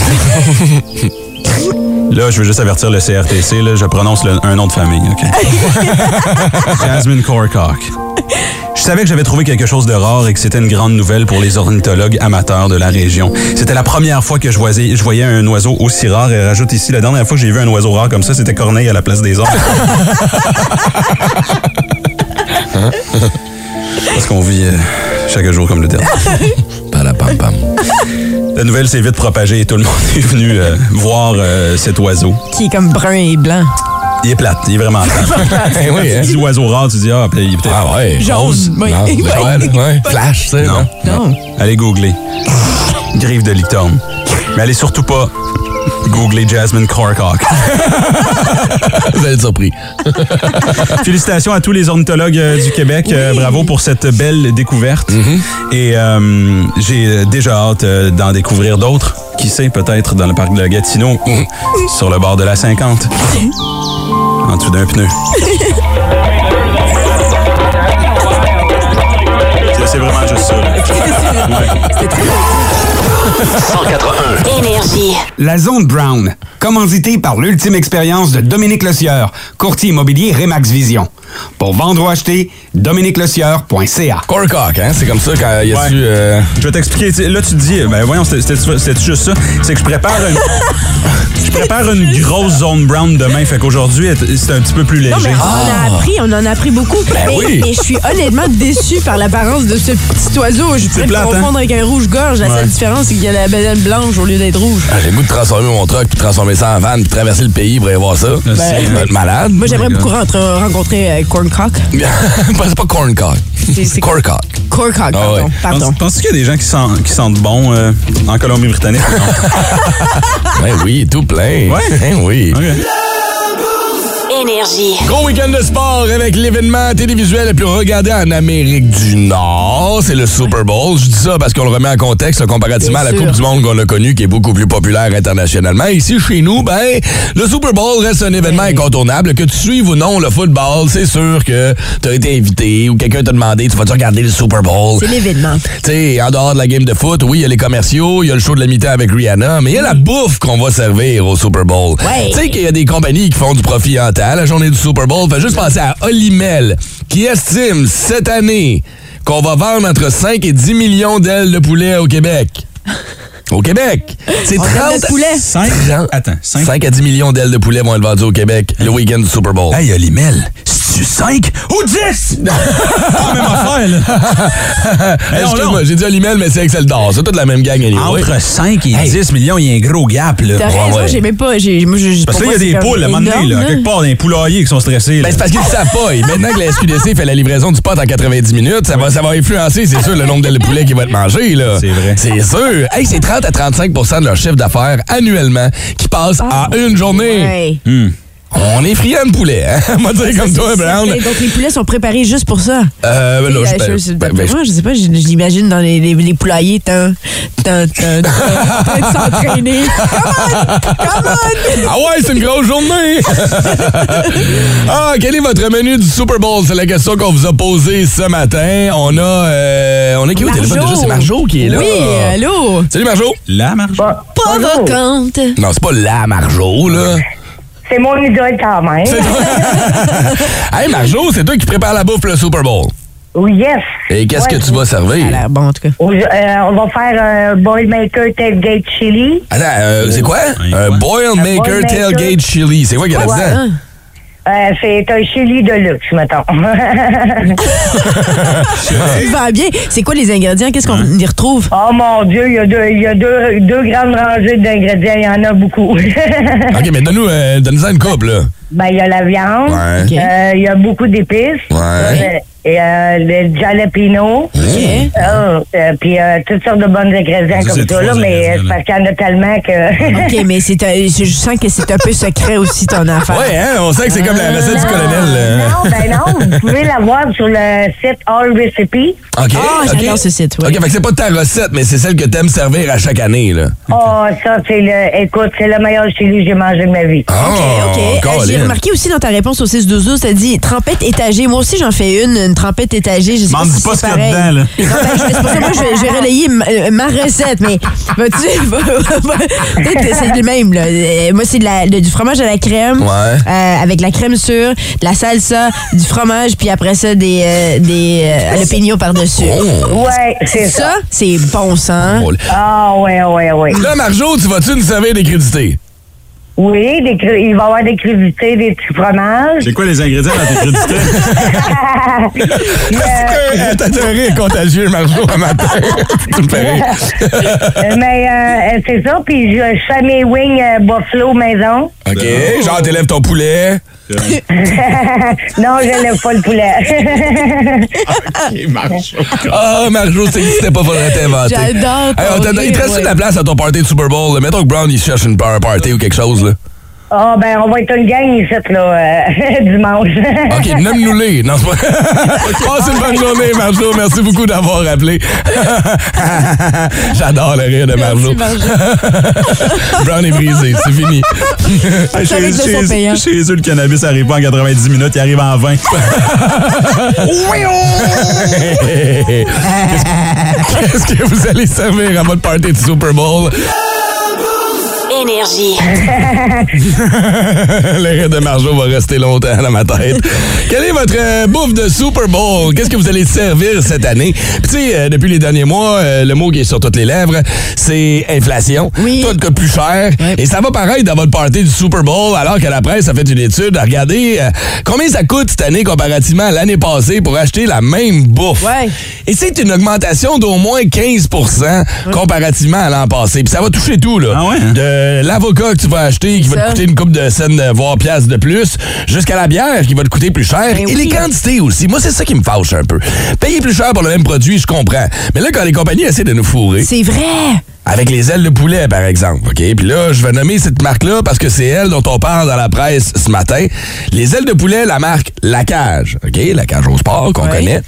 [SPEAKER 11] Là, je veux juste avertir le CRTC, là, je prononce le- un nom de famille. OK? Jasmine Corcock. Je savais que j'avais trouvé quelque chose de rare et que c'était une grande nouvelle pour les ornithologues amateurs de la région. C'était la première fois que je voyais, je voyais un oiseau aussi rare et rajoute ici, la dernière fois que j'ai vu un oiseau rare comme ça, c'était Corneille à la place des autres. Parce qu'on vit euh, chaque jour comme le dernier. Palapam-pam. La nouvelle s'est vite propagée et tout le monde *laughs* est venu euh, voir euh, cet oiseau.
[SPEAKER 3] Qui est comme brun et blanc.
[SPEAKER 11] Il est plate, il est vraiment plate.
[SPEAKER 3] *laughs* Eh oui, hein?
[SPEAKER 11] Tu dis oiseau rare, tu dis ah, puis il est peut-être. Ah ouais.
[SPEAKER 3] Jaune. Oui. Non, Oui. Ah,
[SPEAKER 11] *laughs*
[SPEAKER 3] ouais, hein.
[SPEAKER 11] Flash, tu sais. Non. non. Allez googler. Grive de licorne. Mais allez surtout pas googler
[SPEAKER 3] *laughs*
[SPEAKER 11] Jasmine Corcock. Vous allez être surpris. *laughs* Félicitations à tous les ornithologues euh, du Québec. Euh, bravo pour cette belle découverte. Et euh, j'ai euh, déjà hâte euh, d'en découvrir d'autres. Qui sait, peut-être dans le parc de la Gatineau ou sur le bord de la 50. En dessous d'un pneu. C'est- C'est vraiment juste ça. là. Ouais.
[SPEAKER 10] 181.
[SPEAKER 9] Énergie.
[SPEAKER 10] La zone Brown, commanditée par l'ultime expérience de Dominique Lecieur, courtier immobilier Remax Vision. Pour vendre ou acheter, dominiquelecieur.ca.
[SPEAKER 1] Corcock, hein? C'est comme ça quand il y a
[SPEAKER 11] Ouais.
[SPEAKER 1] su. euh,
[SPEAKER 11] Je vais t'expliquer. Tu- Là, tu te dis, ben voyons, c'était c'était- c'était juste ça. C'est que je prépare une, *laughs* je prépare une grosse zone brown demain. Fait qu'aujourd'hui, c'est un petit peu plus léger.
[SPEAKER 3] Non, mais
[SPEAKER 1] Ah!
[SPEAKER 3] on a appris, on en a appris beaucoup.
[SPEAKER 11] Ben
[SPEAKER 3] et,
[SPEAKER 11] oui.
[SPEAKER 3] et je suis honnêtement déçue par l'apparence de ce petit oiseau. Je pourrais
[SPEAKER 1] plate,
[SPEAKER 3] me
[SPEAKER 11] hein?
[SPEAKER 3] confondre avec un rouge-gorge. La
[SPEAKER 1] Ouais.
[SPEAKER 3] seule différence, c'est qu'il y a la banane blanche au lieu d'être rouge.
[SPEAKER 1] Ah, J'ai le goût de transformer mon truck, puis transformer ça en van, puis traverser le pays pour aller voir ça.
[SPEAKER 11] Euh,
[SPEAKER 3] Ben,
[SPEAKER 1] Ça va être malade.
[SPEAKER 3] Moi,
[SPEAKER 2] Oh
[SPEAKER 3] j'aimerais beaucoup rentre- rencontrer euh, Corncock.
[SPEAKER 1] *laughs* c'est pas corncock.
[SPEAKER 3] C'est
[SPEAKER 1] Corcock.
[SPEAKER 3] Corncock,
[SPEAKER 11] Ah ouais.
[SPEAKER 3] pardon. pardon.
[SPEAKER 11] Penses- Penses-tu qu'il y a des gens qui sentent, qui sentent bon euh,
[SPEAKER 1] *laughs*
[SPEAKER 11] en Colombie-Britannique? ben oui, tout plein.
[SPEAKER 1] Ben
[SPEAKER 11] oui.
[SPEAKER 9] Énergie.
[SPEAKER 1] Gros week-end de sport avec l'événement télévisuel le plus regardé en Amérique du Nord, c'est le Super Bowl. Je dis ça parce qu'on le remet en contexte là, comparativement
[SPEAKER 5] Bien
[SPEAKER 1] à la
[SPEAKER 5] sûr.
[SPEAKER 1] Coupe du Monde qu'on a connue, qui est beaucoup plus populaire internationalement. Ici, chez nous, ben, le Super Bowl reste un événement incontournable. Que tu suives ou non le football, c'est sûr que t'as été invité ou quelqu'un t'a demandé, tu vas-tu regarder le Super Bowl?
[SPEAKER 3] C'est l'événement.
[SPEAKER 1] Tu sais, en dehors de la game de foot, oui, il y a les commerciaux, il y a le show de la mi-temps avec Rihanna, mais il y a la bouffe qu'on va servir au Super Bowl.
[SPEAKER 5] Ouais.
[SPEAKER 1] Tu sais qu'il y a des compagnies qui font du profit en temps. La journée du Super Bowl, fait juste penser à Olimel, qui estime cette année qu'on va vendre entre 5 et 10 millions d'ailes de poulet au
[SPEAKER 5] *laughs*
[SPEAKER 1] Québec. Au Québec! C'est
[SPEAKER 5] On aime
[SPEAKER 1] 30
[SPEAKER 5] le poulet. Cinq-
[SPEAKER 1] Attends, 5... à 10 millions d'ailes de poulet vont être vendues au Québec le week-end du Super Bowl.
[SPEAKER 11] Hey, Olimel, c'est-tu 5 ou 10?
[SPEAKER 1] *laughs*
[SPEAKER 11] Pas même affaire, là.
[SPEAKER 1] Excuse-moi, j'ai dit Olimel, mais c'est Excel d'or. C'est toute la même gang, anyway.
[SPEAKER 11] Entre 5 et 10 millions, il y a un gros gap, là.
[SPEAKER 3] T'as raison, j'ai même pas. j'ai- moi, j'ai-
[SPEAKER 11] Parce que
[SPEAKER 3] pour
[SPEAKER 11] là, il y
[SPEAKER 3] moi,
[SPEAKER 11] a des
[SPEAKER 3] c'est
[SPEAKER 11] poules, à un
[SPEAKER 3] comme
[SPEAKER 11] moment donné, là,
[SPEAKER 3] énorme, Ah,
[SPEAKER 11] quelque part, il y a des poulaillers qui sont stressés. là.
[SPEAKER 1] Ben, c'est parce qu'ils ne savent pas. Et maintenant que la SQDC fait la livraison du pot en 90 minutes, ça va, ça va influencer, c'est sûr, le nombre de poulets qui va être mangé. là. C'est vrai. C'est sûr. Hey, c'est 30 à 35 de leur chiffre d'affaires annuellement qui passe en une journée. Hmm. On est friand de poulet, hein? *laughs* Moi, dire comme toi, Brown.
[SPEAKER 3] Donc, les poulets sont préparés juste pour ça.
[SPEAKER 1] Euh, ben,
[SPEAKER 3] Tu
[SPEAKER 1] non,
[SPEAKER 3] sais,
[SPEAKER 1] je-
[SPEAKER 3] la chose-
[SPEAKER 1] ben, ben,
[SPEAKER 3] moi, je sais pas, je- je l'imagine dans les, les, les poulaillers, t'as t'as- t'as- t'as- en train de s'entraîner.
[SPEAKER 1] Ah ouais, c'est une grosse *laughs* journée! ah, quel est votre menu du Super Bowl? C'est la question qu'on vous a posée ce matin. On a. euh, on a qui au téléphone déjà? C'est Marjo qui est là.
[SPEAKER 3] Oui, allô?
[SPEAKER 1] Salut Marjo! La Marjo?
[SPEAKER 3] Provocante.
[SPEAKER 1] Non, c'est pas la Marjo, là.
[SPEAKER 12] C'est mon idole quand même. *laughs*
[SPEAKER 1] hey Marjo, c'est toi qui prépares la bouffe pour le Super Bowl.
[SPEAKER 12] Oui, yes.
[SPEAKER 1] Et qu'est-ce
[SPEAKER 12] Ouais.
[SPEAKER 1] que tu vas servir?
[SPEAKER 3] bon, en tout cas.
[SPEAKER 12] Au- euh, on va faire un Boilmaker Tailgate Chili.
[SPEAKER 1] Attends, euh, c'est quoi? Un Boilmaker
[SPEAKER 12] Boilmaker.
[SPEAKER 1] Tailgate Chili. C'est quoi qu'il y
[SPEAKER 12] Ouais.
[SPEAKER 1] a là-dedans?
[SPEAKER 12] Euh, c'est un chili de luxe,
[SPEAKER 1] *laughs*
[SPEAKER 12] mettons.
[SPEAKER 3] Tu vas bien. C'est quoi les ingrédients? Qu'est-ce qu'on y retrouve?
[SPEAKER 12] Oh mon Dieu, il y a, deux, il y a deux, deux grandes rangées d'ingrédients, il y en a beaucoup. *laughs*
[SPEAKER 1] ok, mais donne-nous euh, donne-nous-en une couple, là.
[SPEAKER 12] ben, il y a la viande,
[SPEAKER 1] Ouais.
[SPEAKER 12] euh, il y a beaucoup d'épices,
[SPEAKER 1] Ouais.
[SPEAKER 12] Euh, et euh, le jalapeno, Euh, euh, puis euh, toutes sortes de bons ingrédients
[SPEAKER 3] Ça,
[SPEAKER 12] comme
[SPEAKER 3] c'est
[SPEAKER 12] ça, là,
[SPEAKER 3] trois
[SPEAKER 12] mais
[SPEAKER 3] ingrédients, là.
[SPEAKER 12] c'est parce qu'il y en a tellement que...
[SPEAKER 3] OK, mais c'est un- je je sens que c'est un peu secret aussi ton affaire.
[SPEAKER 1] Ouais, hein, on sait que c'est comme la recette du colonel. là.
[SPEAKER 12] Non, ben non,
[SPEAKER 1] *laughs*
[SPEAKER 12] vous pouvez l'avoir sur le site All Recipe.
[SPEAKER 1] OK.
[SPEAKER 12] Ah,
[SPEAKER 1] OK.
[SPEAKER 12] j'adore ce site,
[SPEAKER 1] OK, fait que c'est pas ta recette, mais c'est celle que t'aimes servir à chaque année, là.
[SPEAKER 12] Oh, ça, c'est le. Écoute, c'est le meilleur chili que j'ai mangé de ma vie.
[SPEAKER 3] OK. Euh, J'ai remarqué aussi dans ta réponse au 6-12-12, t'as dit trempette étagée. Moi aussi, j'en fais une, une trempette étagée. Je sais
[SPEAKER 11] M'en
[SPEAKER 3] pas
[SPEAKER 11] dis
[SPEAKER 3] si
[SPEAKER 11] pas
[SPEAKER 3] c'est
[SPEAKER 11] ce qu'il y
[SPEAKER 3] pareil.
[SPEAKER 11] a dedans, là.
[SPEAKER 3] Non, ben, je- c'est pour ça que moi, je vais, je vais relayer ma, euh, ma recette, mais vas-tu- *laughs* va- va- peut-être que c'est le même. Là. Euh, Moi, c'est de la- de- du fromage à la crème, euh, avec la crème sûre, de la salsa, du fromage, puis après ça, des, euh, des euh, jalapenos par-dessus.
[SPEAKER 11] Oh.
[SPEAKER 12] Ouais, c'est ça.
[SPEAKER 3] Ça, c'est bon sang.
[SPEAKER 12] Ah, ouais, ouais, ouais.
[SPEAKER 1] Là, Marjo, tu vas-tu nous servir des crédités?
[SPEAKER 12] Oui, des cru- il va y avoir des crudités, des petits fromages.
[SPEAKER 11] C'est quoi les ingrédients dans
[SPEAKER 12] *laughs*
[SPEAKER 11] tes crédités?
[SPEAKER 1] Euh, T'as un rire contagieux, Marjo, un matin.
[SPEAKER 3] *laughs*
[SPEAKER 1] tu me fais rire.
[SPEAKER 12] Euh, mais euh, c'est ça, puis je, je fais mes wings euh, buffalo maison. *laughs*
[SPEAKER 1] OK, genre, t'élèves ton poulet.
[SPEAKER 12] non, je lève pas le poulet.
[SPEAKER 1] *laughs* Ah, Marjo, c'est que c'était pas faudrait t'inventer.
[SPEAKER 12] J'adore ton
[SPEAKER 1] Hey, on t'attend- Il te
[SPEAKER 12] rire,
[SPEAKER 1] reste
[SPEAKER 12] ouais.
[SPEAKER 1] de la place à ton party de Super Bowl. là. Mettons que Brown, il cherche une par- party ou quelque chose, là.
[SPEAKER 12] Ah, ben, on va être une gang ici, là, euh, *laughs* dimanche.
[SPEAKER 1] OK,
[SPEAKER 12] *laughs*
[SPEAKER 1] nomme-nous-les. Non, c'est pas... Passe une bonne journée, Marjo. Merci beaucoup d'avoir appelé. *laughs* J'adore le rire de Marjo. *laughs* Brown est brisé,
[SPEAKER 12] *laughs*
[SPEAKER 1] c'est fini.
[SPEAKER 11] *laughs* Hey, chez, chez- chez eux, le cannabis arrive pas en 90 minutes, il arrive en
[SPEAKER 1] *laughs*
[SPEAKER 11] 20.
[SPEAKER 1] oh!
[SPEAKER 11] *laughs*
[SPEAKER 1] Qu'est-ce que- *laughs* Qu'est-ce que vous allez servir à votre party de Super Bowl?
[SPEAKER 9] Énergie.
[SPEAKER 1] *laughs* le rire de Marjo va rester longtemps dans ma tête. Quelle est votre euh, bouffe de Super Bowl? Qu'est-ce que vous allez servir cette année? Puis, tu sais, euh, depuis les derniers mois, euh, le mot qui est sur toutes les lèvres, c'est inflation. Tout coûte plus cher. Et ça va pareil dans votre party du Super Bowl, alors que la presse a fait une étude. Regardez euh, combien ça coûte cette année comparativement à l'année passée pour acheter la même bouffe. Et c'est une augmentation d'au moins 15 comparativement à l'an passé. Puis ça va toucher tout, là. De euh, l'avocat que tu vas acheter, qui va te coûter une coupe de scène, voire pièce de plus, jusqu'à la bière, qui va te coûter plus cher.
[SPEAKER 3] Ben
[SPEAKER 1] Et les quantités aussi. Moi, c'est ça qui me fâche un peu. Payer plus cher pour le même produit, je comprends. Mais là, quand les compagnies essaient de nous fourrer.
[SPEAKER 3] C'est vrai!
[SPEAKER 1] Avec les ailes de poulet, par exemple. OK? Puis là, je vais nommer cette marque-là parce que c'est elle dont on parle dans la presse ce matin. Les ailes de poulet, la marque La Cage. OK? La Cage au sport, qu'on connaît.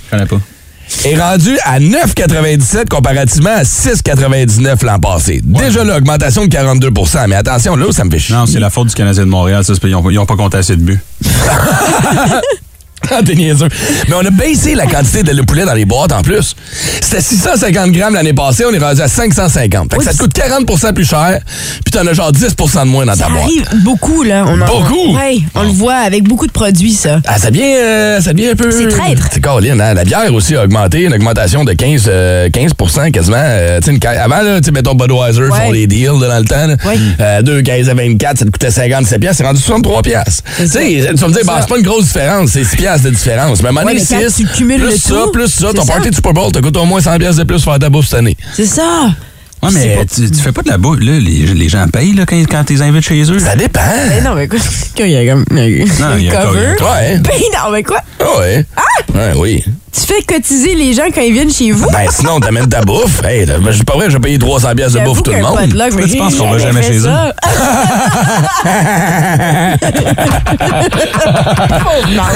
[SPEAKER 1] Est rendu à 9,97 comparativement à 6,99 l'an passé. Déjà là, augmentation de 42 Mais attention, là, ça me fait chier.
[SPEAKER 11] Non, c'est la faute du Canadien de Montréal, ça, c'est- ils n'ont pas compté assez de buts.
[SPEAKER 1] Ah, t'es niaiseux. Mais on a baissé la quantité de poulet dans les boîtes en plus. C'était 650 grammes l'année passée, on est rendu à 550. Fait que ça te coûte 40 plus cher, puis t'en as genre 10 de moins dans ta
[SPEAKER 3] Ça
[SPEAKER 1] boîte.
[SPEAKER 3] arrive beaucoup, là. On en-
[SPEAKER 1] Beaucoup?
[SPEAKER 3] Ouais, on le voit avec beaucoup de produits, ça.
[SPEAKER 1] Ah, ça devient, euh, ça devient un peu...
[SPEAKER 3] C'est traître.
[SPEAKER 1] C'est Caroline, hein? La bière aussi a augmenté, une augmentation de 15, euh, 15 quasiment. Euh, tu sais, une ca- avant, là, tu sais, mettons Budweiser,
[SPEAKER 3] Ouais.
[SPEAKER 1] font les deals là, dans le temps. là. Euh, 2, 15 à 24, ça te coûtait 57 piastres, c'est rendu 63 piastres. Tu sais, tu vas me dire, bah, c'est pas une grosse différence, c'est 6 piastres de différence. Mais à un moment
[SPEAKER 3] Ouais,
[SPEAKER 1] donné,
[SPEAKER 3] mais quand
[SPEAKER 1] 6,
[SPEAKER 3] tu cumules
[SPEAKER 1] plus
[SPEAKER 3] le
[SPEAKER 1] ça,
[SPEAKER 3] tout,
[SPEAKER 1] plus ça,
[SPEAKER 3] c'est
[SPEAKER 1] ton
[SPEAKER 3] ça.
[SPEAKER 1] party de Super Bowl te coûte au moins 100 piastres de plus pour faire ta bouffe cette année.
[SPEAKER 3] C'est ça.
[SPEAKER 11] Ouais, mais tu, tu fais pas de la bouffe. Là, les, les gens payent là, quand, quand tu les invites chez eux.
[SPEAKER 1] Ça dépend.
[SPEAKER 3] Mais non, mais quoi? *laughs* Il y a comme. Il y a
[SPEAKER 11] Non, il y a
[SPEAKER 3] un
[SPEAKER 11] un
[SPEAKER 3] cover.
[SPEAKER 11] cover, ouais.
[SPEAKER 3] Ben non, mais quoi?
[SPEAKER 1] Ah ouais. Ah! Ouais, oui.
[SPEAKER 3] Tu fais cotiser les gens quand ils viennent chez vous.
[SPEAKER 1] Ben sinon, t'amènes ta bouffe. Hey, là, ben, c'est pas vrai, j'ai payé 300 pièces de
[SPEAKER 3] J'avoue
[SPEAKER 1] bouffe tout le
[SPEAKER 3] qu'un
[SPEAKER 1] monde.
[SPEAKER 3] potluck, mais
[SPEAKER 1] Tu penses
[SPEAKER 3] j'ai
[SPEAKER 1] qu'on va jamais
[SPEAKER 3] fait
[SPEAKER 1] chez eux?
[SPEAKER 3] ça. Pauvre Marc.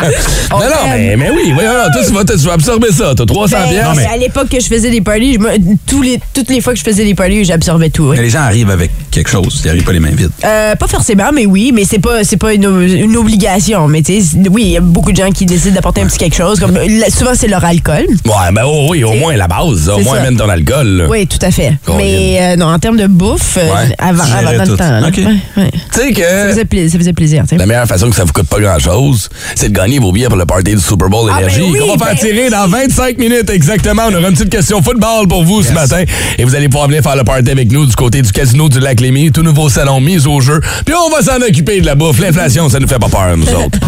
[SPEAKER 1] *laughs* Non, non, mais, mais oui, oui, non, toi, tu vas, tu vas absorber ça. T'as 300
[SPEAKER 3] Ben,
[SPEAKER 1] pièces.
[SPEAKER 3] À l'époque que je faisais des parties, je me- tous les, toutes les fois que je faisais des parties, j'absorbais tout. oui.
[SPEAKER 2] Mais les gens arrivent avec quelque chose, ils arrivent pas les mains vides.
[SPEAKER 3] Euh, pas forcément, mais oui, mais c'est pas c'est pas une, une obligation. Mais tu sais, c'est- oui, il y a beaucoup de gens qui décident d'apporter un petit quelque chose. Comme, là, souvent, c'est leur alcool.
[SPEAKER 1] Ouais, ben oh, oui, au moins la base. Au
[SPEAKER 3] C'est
[SPEAKER 1] moins,
[SPEAKER 3] ça.
[SPEAKER 1] amène ton alcool. là.
[SPEAKER 3] Oui, tout à fait.
[SPEAKER 1] Colin.
[SPEAKER 3] Mais euh, non, en termes de bouffe, euh,
[SPEAKER 1] Ouais,
[SPEAKER 3] avant,
[SPEAKER 1] tu gérais
[SPEAKER 3] avant dans
[SPEAKER 1] tout.
[SPEAKER 3] le temps. là.
[SPEAKER 1] OK.
[SPEAKER 3] Ouais, ouais.
[SPEAKER 1] Tu sais
[SPEAKER 3] Ça
[SPEAKER 1] que
[SPEAKER 3] faisait, pla- ça faisait plaisir. tu sais.
[SPEAKER 1] la meilleure façon que ça vous coûte pas grand-chose, c'est de gagner vos billets *laughs* pour le party du Super Bowl
[SPEAKER 3] Ah, ben
[SPEAKER 1] Énergie.
[SPEAKER 3] oui,
[SPEAKER 1] qu'on va faire
[SPEAKER 3] ben
[SPEAKER 1] tirer dans 25 minutes exactement. On aura une petite question football pour vous ce matin. Et vous allez pouvoir venir faire le party avec nous du côté du casino du Lac Lémy. Tout nouveau salon mis au jeu. Puis on va s'en occuper de la bouffe. L'inflation, ça nous fait pas peur, nous
[SPEAKER 3] *laughs*
[SPEAKER 1] autres.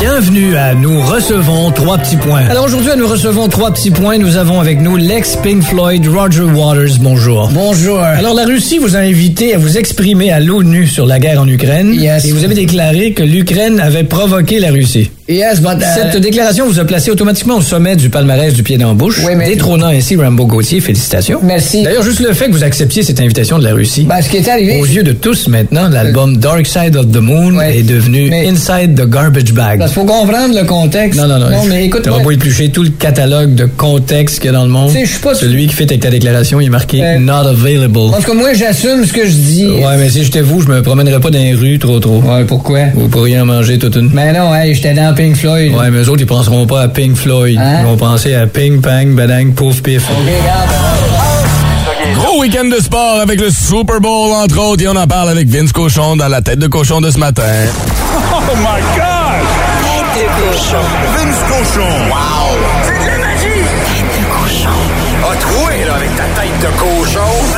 [SPEAKER 13] Bienvenue à Nous recevons trois petits points. Alors aujourd'hui, à Nous recevons trois petits points, nous avons avec nous l'ex Pink Floyd Roger Waters. Bonjour. Bonjour. Alors la Russie vous a invité à vous exprimer à l'ONU sur la guerre en Ukraine.
[SPEAKER 14] Yes.
[SPEAKER 13] Et vous avez déclaré que l'Ukraine avait provoqué la Russie.
[SPEAKER 14] Yes, but...
[SPEAKER 3] euh,
[SPEAKER 13] Cette déclaration vous a placé automatiquement au sommet du palmarès du pied dans la bouche, détrônant ainsi Rambo Gauthier. Félicitations. Merci. D'ailleurs, juste le fait que vous acceptiez cette invitation de la Russie.
[SPEAKER 14] Ben,
[SPEAKER 13] ce qui est arrivé. Aux yeux de tous maintenant,
[SPEAKER 14] Euh,
[SPEAKER 13] l'album Dark Side of the Moon est devenu Inside the Garbage Bag.
[SPEAKER 14] Parce qu'il faut comprendre le contexte.
[SPEAKER 13] Non, non, non.
[SPEAKER 14] Non, mais écoute...
[SPEAKER 13] T'auras beau éplucher tout le catalogue de contexte qu'il y a dans le monde.
[SPEAKER 14] Tu sais, je suis pas-
[SPEAKER 13] Celui qui fait avec ta déclaration, il est marqué Not available.
[SPEAKER 14] En tout cas, moi, j'assume ce que je dis.
[SPEAKER 13] Ouais, mais si j'étais vous, je me promènerais pas dans les rues trop trop. Ouais, pourquoi? Vous pourriez en manger toute une.
[SPEAKER 14] Mais Ben non, hey, j'étais dans Pink Floyd.
[SPEAKER 13] Ouais, mais eux autres, ils penseront pas à Pink Floyd.
[SPEAKER 14] Hein?
[SPEAKER 13] Ils vont penser à Ping Pang, Badang, Pouf Pif.
[SPEAKER 1] Gros week-end de sport avec le Super Bowl, entre autres. Et on en parle avec Vince Cochon dans la tête de cochon de ce matin.
[SPEAKER 4] *laughs* Oh my God! Tête de cochon. Vince cochon. Wow! C'est de la magie! Tête de cochon. A troué, là, avec ta tête de cochon.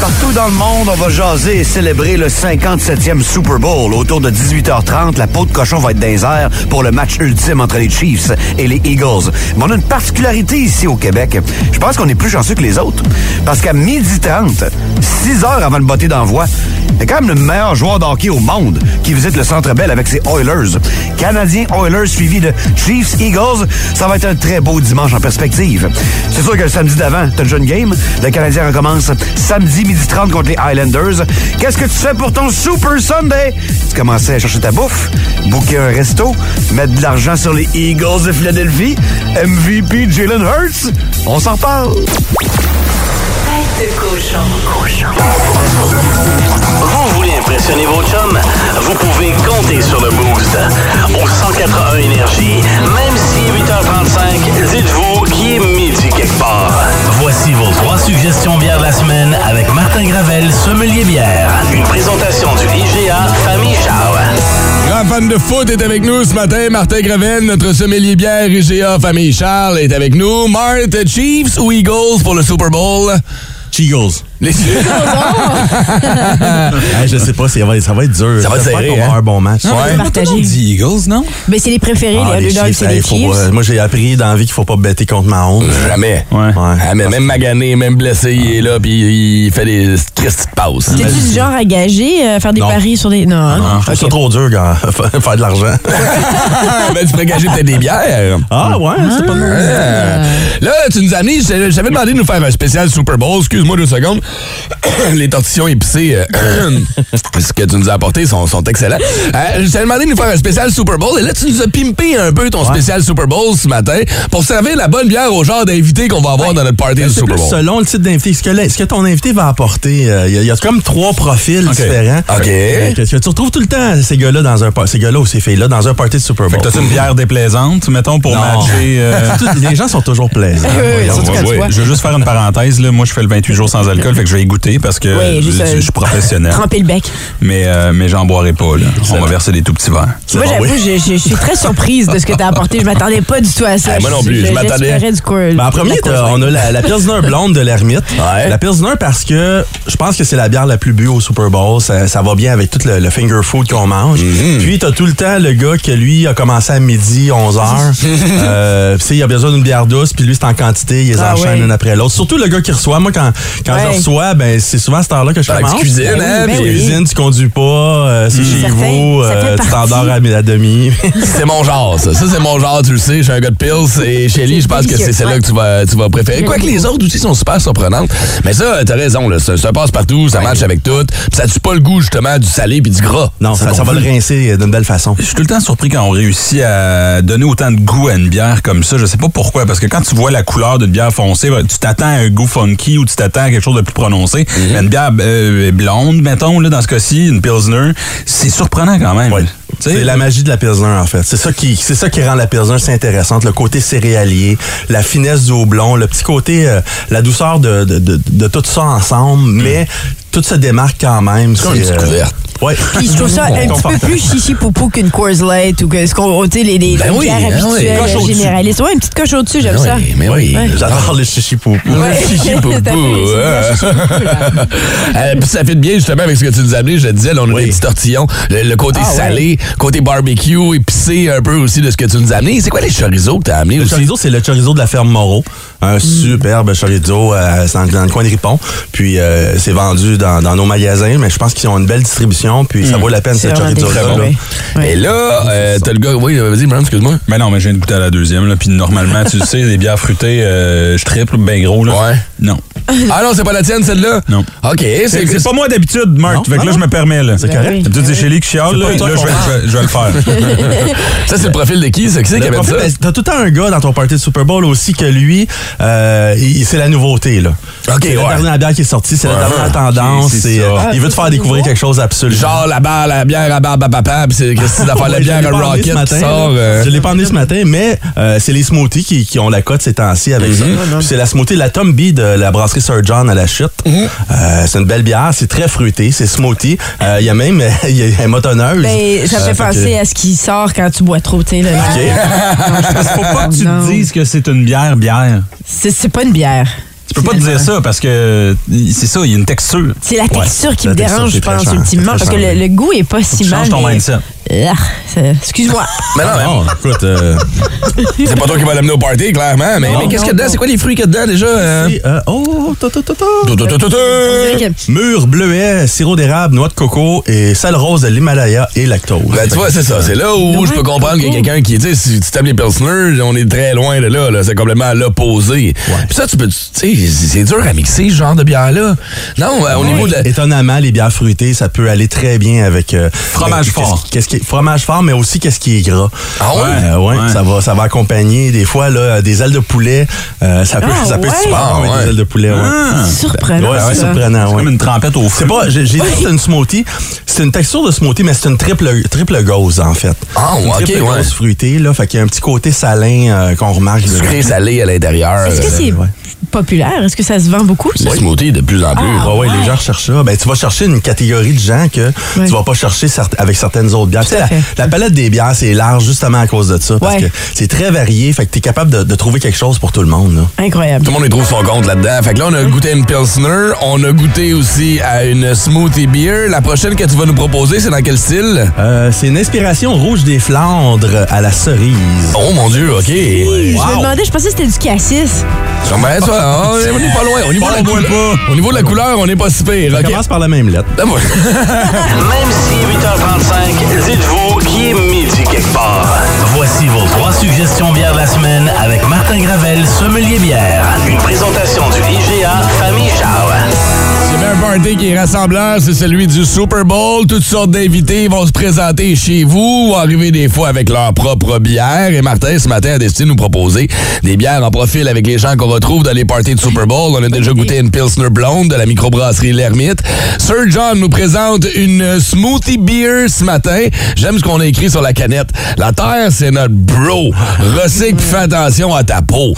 [SPEAKER 15] Partout dans le monde, on va jaser et célébrer le 57e Super Bowl. Autour de 18h30, la peau de cochon va être dans les airs pour le match ultime entre les Chiefs et les Eagles. Mais on a une particularité ici au Québec. Je pense qu'on est plus chanceux que les autres. Parce qu'à 12h30, 6 heures avant le botté d'envoi, il y a quand même le meilleur joueur de hockey au monde qui visite le Centre Bell avec ses Oilers. Canadiens Oilers suivi de Chiefs Eagles, ça va être un très beau dimanche en perspective. C'est sûr que le samedi d'avant, t'as une jeune game. Le Canadien recommence samedi midi 30 contre les Highlanders. Qu'est-ce que tu fais pour ton Super Sunday? Tu commençais à chercher ta bouffe, booker un resto, mettre de l'argent sur les Eagles de Philadelphie, MVP Jalen Hurts. On s'en parle.
[SPEAKER 4] Tête de cochon. Vous voulez impressionner vos chums? Vous pouvez compter sur le boost. Au 181 Énergie, même si 8h35, dites-vous qu'il est midi quelque part. Voici vos trois suggestions bières de la semaine avec Martin Gravel, sommelier bière. Une présentation du IGA Famille Charles.
[SPEAKER 1] Grand fan de foot est avec nous ce matin. Martin Greven, notre sommelier bière IGA Famille Charles est avec nous. Mart, Chiefs ou Eagles pour le Super Bowl? Eagles. hein? Les
[SPEAKER 3] *laughs*
[SPEAKER 16] Hey, je sais pas, ça va, ça va être dur.
[SPEAKER 1] Ah. Ça va être
[SPEAKER 16] J'espère
[SPEAKER 1] serré,
[SPEAKER 16] qu'on va
[SPEAKER 1] hein?
[SPEAKER 16] avoir un bon match. Ah,
[SPEAKER 3] Non, on va le partager. Tout le monde dit
[SPEAKER 16] Eagles, non?
[SPEAKER 3] Mais Ben, c'est les préférés,
[SPEAKER 1] Ah,
[SPEAKER 3] les Underdogs, c'est les Chiefs.
[SPEAKER 16] moi, j'ai appris dans la vie qu'il faut pas bêter contre ma honte.
[SPEAKER 1] Jamais.
[SPEAKER 16] Ouais.
[SPEAKER 1] Ah, mais même magané, même blessé, il est là, puis il fait des cristiques passes.
[SPEAKER 3] T'es-tu du genre à gager, euh, faire des
[SPEAKER 1] Non.
[SPEAKER 3] paris sur des. Non, hein?
[SPEAKER 16] Ah
[SPEAKER 1] Ah,
[SPEAKER 16] Je trouve ça trop dur, gars, *laughs* faire de l'argent.
[SPEAKER 1] *laughs* ben, tu pourrais gager peut-être des bières.
[SPEAKER 16] Ah, ouais, c'est pas mal.
[SPEAKER 1] Ah. Là, tu nous as amené, je- j'avais demandé de nous faire un spécial Super Bowl. Excuse-moi deux secondes. *coughs* Les tortillons épicées, euh, *coughs* ce que tu nous as apporté, sont, sont excellents. Euh, je t'avais demandé de nous faire un spécial Super Bowl et là, tu nous as pimpé un peu ton spécial Super Bowl ce matin pour servir la bonne bière au genre d'invités qu'on va avoir dans notre party du
[SPEAKER 16] Ben, C'est
[SPEAKER 1] Super
[SPEAKER 16] plus
[SPEAKER 1] Bowl.
[SPEAKER 16] selon le type d'invité. Ce que, la- ce que ton invité va apporter, euh, il y, a- il y a comme trois profils différents.
[SPEAKER 1] OK.
[SPEAKER 16] Euh, que- que tu retrouves tout le temps ces gars-là dans un par- ces gars-là ou ces filles-là dans un party de Super Bowl.
[SPEAKER 11] Fait que t'as-tu une bière déplaisante, mettons, pour
[SPEAKER 16] Non.
[SPEAKER 11] matcher... *laughs* euh,
[SPEAKER 16] *laughs* Tout-
[SPEAKER 1] *laughs*
[SPEAKER 16] Les gens sont toujours plaisants. Voyons,
[SPEAKER 11] Ouais,
[SPEAKER 16] voyons.
[SPEAKER 11] ouais. Je veux juste faire une parenthèse. Là. Moi, je fais le 28 jours sans alcool, fait que je vais y goûter parce que
[SPEAKER 3] Oui, juste,
[SPEAKER 11] je, je
[SPEAKER 3] euh,
[SPEAKER 11] suis professionnel.
[SPEAKER 3] Tremper le bec.
[SPEAKER 11] Mais, euh, mais j'en boirai pas. Là. On va verser des tout petits verres.
[SPEAKER 3] Moi, j'avoue, je, je- je suis très surprise de ce que t'as apporté. Je m'attendais pas du tout à ça.
[SPEAKER 11] Ah, moi non plus, je m'attendais-
[SPEAKER 3] j'espérais du quoi-
[SPEAKER 16] Ben, en
[SPEAKER 3] de la
[SPEAKER 16] premier,
[SPEAKER 3] quoi-
[SPEAKER 16] t'as- on a la, la Pilsner blonde de l'ermite. La Pilsner parce que je pense que c'est la bière la plus bu au Super Bowl. Ça, ça va bien avec tout le, le finger food qu'on mange.
[SPEAKER 1] Hmm.
[SPEAKER 16] Puis t'as tout le temps le gars que lui a commencé à midi, 11
[SPEAKER 1] *laughs*
[SPEAKER 16] heures. euh, puis, tu sais, il a besoin d'une bière douce, puis lui c'est en quantité, il les
[SPEAKER 11] Ah
[SPEAKER 16] enchaîne
[SPEAKER 11] ouais.
[SPEAKER 16] une après l'autre. Surtout le gars qui reçoit. Moi, quand, quand
[SPEAKER 11] Ouais.
[SPEAKER 16] je soi, ben, c'est souvent à cette heure-là que je
[SPEAKER 1] Dans la
[SPEAKER 16] commence.
[SPEAKER 1] petite cuisine,
[SPEAKER 16] Ben oui,
[SPEAKER 1] hein,
[SPEAKER 16] ben
[SPEAKER 1] puis-
[SPEAKER 16] oui. cuisine, tu conduis pas, euh, c'est
[SPEAKER 1] Mm.
[SPEAKER 16] chez
[SPEAKER 1] Ça fait-
[SPEAKER 16] vous,
[SPEAKER 1] ça fait
[SPEAKER 16] euh, tu
[SPEAKER 1] partie.
[SPEAKER 16] t'endors à, à demi.
[SPEAKER 1] *laughs* C'est mon genre, ça. Ça, c'est mon genre, tu le sais. Je suis un gars de Pills et Shelly, je pense que c'est celle-là que tu vas, tu vas préférer. Quoique les autres aussi sont super surprenantes. Mais ça, t'as raison, là. Ça, ça passe partout, ça marche avec tout. Puis ça tue pas le goût, justement, du salé puis du gras.
[SPEAKER 16] Non, ça, ça va le rincer d'une belle façon.
[SPEAKER 11] Je suis tout le temps surpris quand on réussit à donner autant de goût à une bière comme ça. Je sais pas pourquoi, parce que quand tu vois la couleur d'une bière foncée, ben, tu t'attends à un goût funky ou tu t'attends à quelque chose de plus prononcé.
[SPEAKER 1] Mhm.
[SPEAKER 11] Mais une bière euh, blonde, mettons, là, dans ce cas-ci, une Pilsner, c'est surprenant quand même.
[SPEAKER 16] C'est
[SPEAKER 3] euh,
[SPEAKER 16] la magie de la Pilsner, en fait. C'est ça qui, c'est ça qui rend la Pilsner si intéressante. Le côté céréalier, la finesse du houblon, le petit côté, euh, la douceur de, de, de- de tout ça ensemble,
[SPEAKER 3] Mm.
[SPEAKER 16] mais tout se démarque quand même. euh,
[SPEAKER 1] C'est comme une petite couverte.
[SPEAKER 16] Ouais.
[SPEAKER 3] *laughs* Puis je trouve
[SPEAKER 11] *laughs*
[SPEAKER 3] ça un petit peu plus chichi poupou qu'une Coors Light ou que ce qu'on tu sais les les
[SPEAKER 1] Ben oui,
[SPEAKER 3] bières
[SPEAKER 11] hein,
[SPEAKER 1] ben oui.
[SPEAKER 3] habituelles
[SPEAKER 1] Coche au-dessus.
[SPEAKER 3] généralistes. Ouais, une petite coche au-dessus, j'aime
[SPEAKER 11] Ben
[SPEAKER 1] oui,
[SPEAKER 3] ça.
[SPEAKER 1] Mais oui,
[SPEAKER 3] Ouais.
[SPEAKER 16] j'adore le chichi poupou.
[SPEAKER 3] Ouais.
[SPEAKER 1] Le chichi poupou.
[SPEAKER 3] *laughs* T'as fait le
[SPEAKER 1] hein. *laughs* Euh, puis ça fait bien justement avec ce que tu nous as amené. Je te disais, là, on a des petits tortillons. Le, le
[SPEAKER 3] Ah,
[SPEAKER 1] côté salé, côté barbecue, épicé un peu aussi de ce que tu nous as amené. C'est quoi les chorizo que tu as amené
[SPEAKER 16] Le
[SPEAKER 1] aussi?
[SPEAKER 16] chorizo, c'est le chorizo de la ferme Moreau. Un
[SPEAKER 3] Mm.
[SPEAKER 16] superbe chorizo euh, c'est dans, dans le coin de Ripon. Puis euh, c'est vendu dans, dans nos magasins, mais je pense qu'ils ont une belle distribution. Puis
[SPEAKER 3] Mm.
[SPEAKER 16] ça vaut la peine, ce chorizo-là. là.
[SPEAKER 1] Hmm. Et là, euh, t'as le gars. Oui, vas-y, madame, excuse-moi.
[SPEAKER 11] Mais non, mais je viens de goûter à la deuxième, là. Puis normalement, tu le sais, les bières fruitées, euh, je triple, ben gros, là. Ouais. Non.
[SPEAKER 1] *laughs* Ah non, c'est pas la tienne, celle-là? Non. OK,
[SPEAKER 11] C'est c'est pas moi d'habitude, Marc. Fait que
[SPEAKER 1] Ah
[SPEAKER 11] là, je me permets, là.
[SPEAKER 1] C'est correct.
[SPEAKER 11] D'habitude, c'est Chélie qui chiale,
[SPEAKER 1] C'est
[SPEAKER 11] là.
[SPEAKER 1] pas
[SPEAKER 11] Là,
[SPEAKER 1] toi
[SPEAKER 11] je
[SPEAKER 1] qu'on
[SPEAKER 11] vais-
[SPEAKER 1] parle.
[SPEAKER 11] je vais- je vais le faire.
[SPEAKER 1] *laughs* Ça, c'est le profil de qui? C'est qui c'est
[SPEAKER 16] Le
[SPEAKER 1] qui amène ça?
[SPEAKER 16] profil, ben, T'as tout le temps un gars dans ton party de Super Bowl aussi que lui, euh, il- c'est la nouveauté. là. c'est
[SPEAKER 1] ouais.
[SPEAKER 16] la dernière bière qui est sortie, c'est la dernière tendance.
[SPEAKER 1] Ok, c'est
[SPEAKER 16] et, euh,
[SPEAKER 1] ça.
[SPEAKER 16] il veut te faire découvrir quelque chose absolument.
[SPEAKER 1] Genre la barre, la bière à barbe à papa, puis
[SPEAKER 11] *laughs*
[SPEAKER 1] c'est qu'est-ce que c'est d'affaire la
[SPEAKER 16] Ouais, *laughs* je l'ai
[SPEAKER 1] bière
[SPEAKER 16] pas
[SPEAKER 1] à
[SPEAKER 16] emmené
[SPEAKER 1] Rocket
[SPEAKER 16] ce matin,
[SPEAKER 1] qui sort.
[SPEAKER 16] là.
[SPEAKER 1] euh,
[SPEAKER 16] Je l'ai pas emmené ce matin, mais euh, c'est les smoothies qui, qui ont la cote ces temps-ci avec ça.
[SPEAKER 1] Mm-hmm.
[SPEAKER 16] Puis C'est la smoothie la Tom B de la brasserie Sir John à la chute.
[SPEAKER 1] Mm-hmm.
[SPEAKER 16] Euh, c'est une belle bière, c'est très fruité, c'est smoothie. Euh, Il y a même *laughs* il y a un motonneuse. Euh,
[SPEAKER 3] Ben, ça me fait penser à ce qui sort quand tu bois trop, tu sais. là. *laughs*
[SPEAKER 11] Parce qu'il faut pas que tu te dises que c'est une bière, bière.
[SPEAKER 3] C'est c'est pas une bière.
[SPEAKER 11] Tu peux pas te dire ça parce que c'est ça, il y a une texture.
[SPEAKER 3] C'est la texture
[SPEAKER 11] Ouais,
[SPEAKER 3] qui
[SPEAKER 11] la
[SPEAKER 3] me dérange, je
[SPEAKER 11] texture, c'est
[SPEAKER 3] pense,
[SPEAKER 11] très
[SPEAKER 3] ultimement,
[SPEAKER 11] changeant,
[SPEAKER 3] parce que le,
[SPEAKER 11] très
[SPEAKER 3] le goût est pas si
[SPEAKER 11] tu
[SPEAKER 3] mal.
[SPEAKER 11] changes ton
[SPEAKER 3] mais-
[SPEAKER 11] mindset.
[SPEAKER 3] Ah, c'est- Excuse-moi.
[SPEAKER 1] Mais non,
[SPEAKER 11] non, écoute. euh,
[SPEAKER 1] C'est pas toi qui vas l'amener au party, clairement, mais,
[SPEAKER 3] Non,
[SPEAKER 1] mais qu'est-ce
[SPEAKER 3] non,
[SPEAKER 1] qu'il y a dedans?
[SPEAKER 3] non.
[SPEAKER 1] C'est quoi les fruits qu'il y a dedans déjà? euh?
[SPEAKER 16] oh, ta, ta, ta, ta.
[SPEAKER 1] Tout, tout, tout, tout, tout.
[SPEAKER 16] Mur bleuet, sirop d'érable, noix de coco et sel rose de l'Himalaya et lactose.
[SPEAKER 1] *laughs* Ben, tu vois, c'est ça. C'est là où je peux comprendre qu'il y a quelqu'un qui, tu sais, si tu t'aimes les Pilsner, on est très loin de là. là. C'est complètement à l'opposé. Puis ça, tu peux, tu sais, c'est c'est dur à mixer ce genre de bière-là. Non, euh, au niveau de la...
[SPEAKER 16] Ah Étonnamment, les bières fruitées, ça peut aller très bien avec euh,
[SPEAKER 11] Fromage
[SPEAKER 16] euh, qu'est-ce
[SPEAKER 11] fort.
[SPEAKER 16] qui- Qu'est-ce qui est- fromage fort, mais aussi qu'est-ce qui est gras.
[SPEAKER 1] Ah ouais?
[SPEAKER 16] Euh, ouais,
[SPEAKER 11] Ouais.
[SPEAKER 16] Ça va, ça va accompagner des fois là des ailes de poulet. euh, ça peut,
[SPEAKER 3] Ah
[SPEAKER 16] ça peut être
[SPEAKER 3] ouais?
[SPEAKER 16] super bon
[SPEAKER 1] Ah
[SPEAKER 16] avec
[SPEAKER 1] ouais.
[SPEAKER 16] des ailes de poulet. ouais.
[SPEAKER 11] Ah.
[SPEAKER 3] Surprenant.
[SPEAKER 16] Ouais, ouais, c'est
[SPEAKER 3] ça.
[SPEAKER 16] surprenant.
[SPEAKER 11] C'est
[SPEAKER 16] ouais.
[SPEAKER 11] comme une trempette au
[SPEAKER 16] C'est
[SPEAKER 11] feu.
[SPEAKER 16] pas, j'ai j'ai dit c'est une smoothie. C'est une texture de smoothie, mais c'est une triple, triple gauze, en fait.
[SPEAKER 1] Ah,
[SPEAKER 16] une
[SPEAKER 1] ouais, ok,
[SPEAKER 16] triple
[SPEAKER 1] ouais.
[SPEAKER 16] gauze fruitée, là. Fait qu'il y a un petit côté salin euh, qu'on remarque. là.
[SPEAKER 1] Sucré salé à l'intérieur.
[SPEAKER 3] Est-ce que
[SPEAKER 1] euh,
[SPEAKER 3] c'est populaire? Est-ce que ça se vend beaucoup? ça?
[SPEAKER 1] le smoothie de plus en plus.
[SPEAKER 3] Ah,
[SPEAKER 16] Ouais, ouais,
[SPEAKER 3] ouais.
[SPEAKER 16] les gens recherchent ça. Ben, tu vas chercher une catégorie de gens que
[SPEAKER 3] Ouais.
[SPEAKER 16] tu vas pas chercher cert- avec certaines autres bières. Tu sais, la,
[SPEAKER 3] fait.
[SPEAKER 16] la palette des bières, c'est large justement à cause de ça. Parce
[SPEAKER 3] Ouais.
[SPEAKER 16] que c'est très varié. Fait que tu es capable de, de trouver quelque chose pour tout le monde. là.
[SPEAKER 3] Incroyable.
[SPEAKER 1] Tout le monde y trouve son compte là-dedans. Fait que là, on a goûté à une Pilsner, on a goûté aussi à une smoothie beer. La prochaine que tu vas nous proposer, c'est dans quel style?
[SPEAKER 16] Euh, c'est une inspiration rouge des Flandres à la cerise.
[SPEAKER 1] Oh mon Dieu, OK.
[SPEAKER 3] Je
[SPEAKER 1] Wow.
[SPEAKER 3] me demandais, je pensais que c'était du cassis.
[SPEAKER 16] *laughs*
[SPEAKER 1] Ben, ça, on est- on est pas loin. Au niveau, de la, couleur- au niveau de la couleur, on n'est pas si pire.
[SPEAKER 16] On
[SPEAKER 1] OK.
[SPEAKER 16] commence par la même lettre.
[SPEAKER 1] Ah, ouais.
[SPEAKER 4] *laughs* Même si 8h35, dites-vous qu'il est midi quelque part. Voici vos trois suggestions bières de la semaine avec Martin Gravel, sommelier bière. Une présentation du IGA Famille
[SPEAKER 1] *laughs*
[SPEAKER 4] Chao.
[SPEAKER 1] C'est bien un party qui est rassembleur, c'est celui du Super Bowl. Toutes sortes d'invités vont se présenter chez vous ou arriver des fois avec leur propre bière. Et Martin, ce matin, a décidé de nous proposer des bières en profil avec les gens qu'on retrouve dans les parties de Super Bowl. On a déjà goûté une Pilsner Blonde de la microbrasserie L'Ermite. Sir John nous présente une smoothie beer ce matin. J'aime ce qu'on a écrit sur la canette. La terre, c'est notre bro. Recycle, puis fais attention à ta *laughs* peau.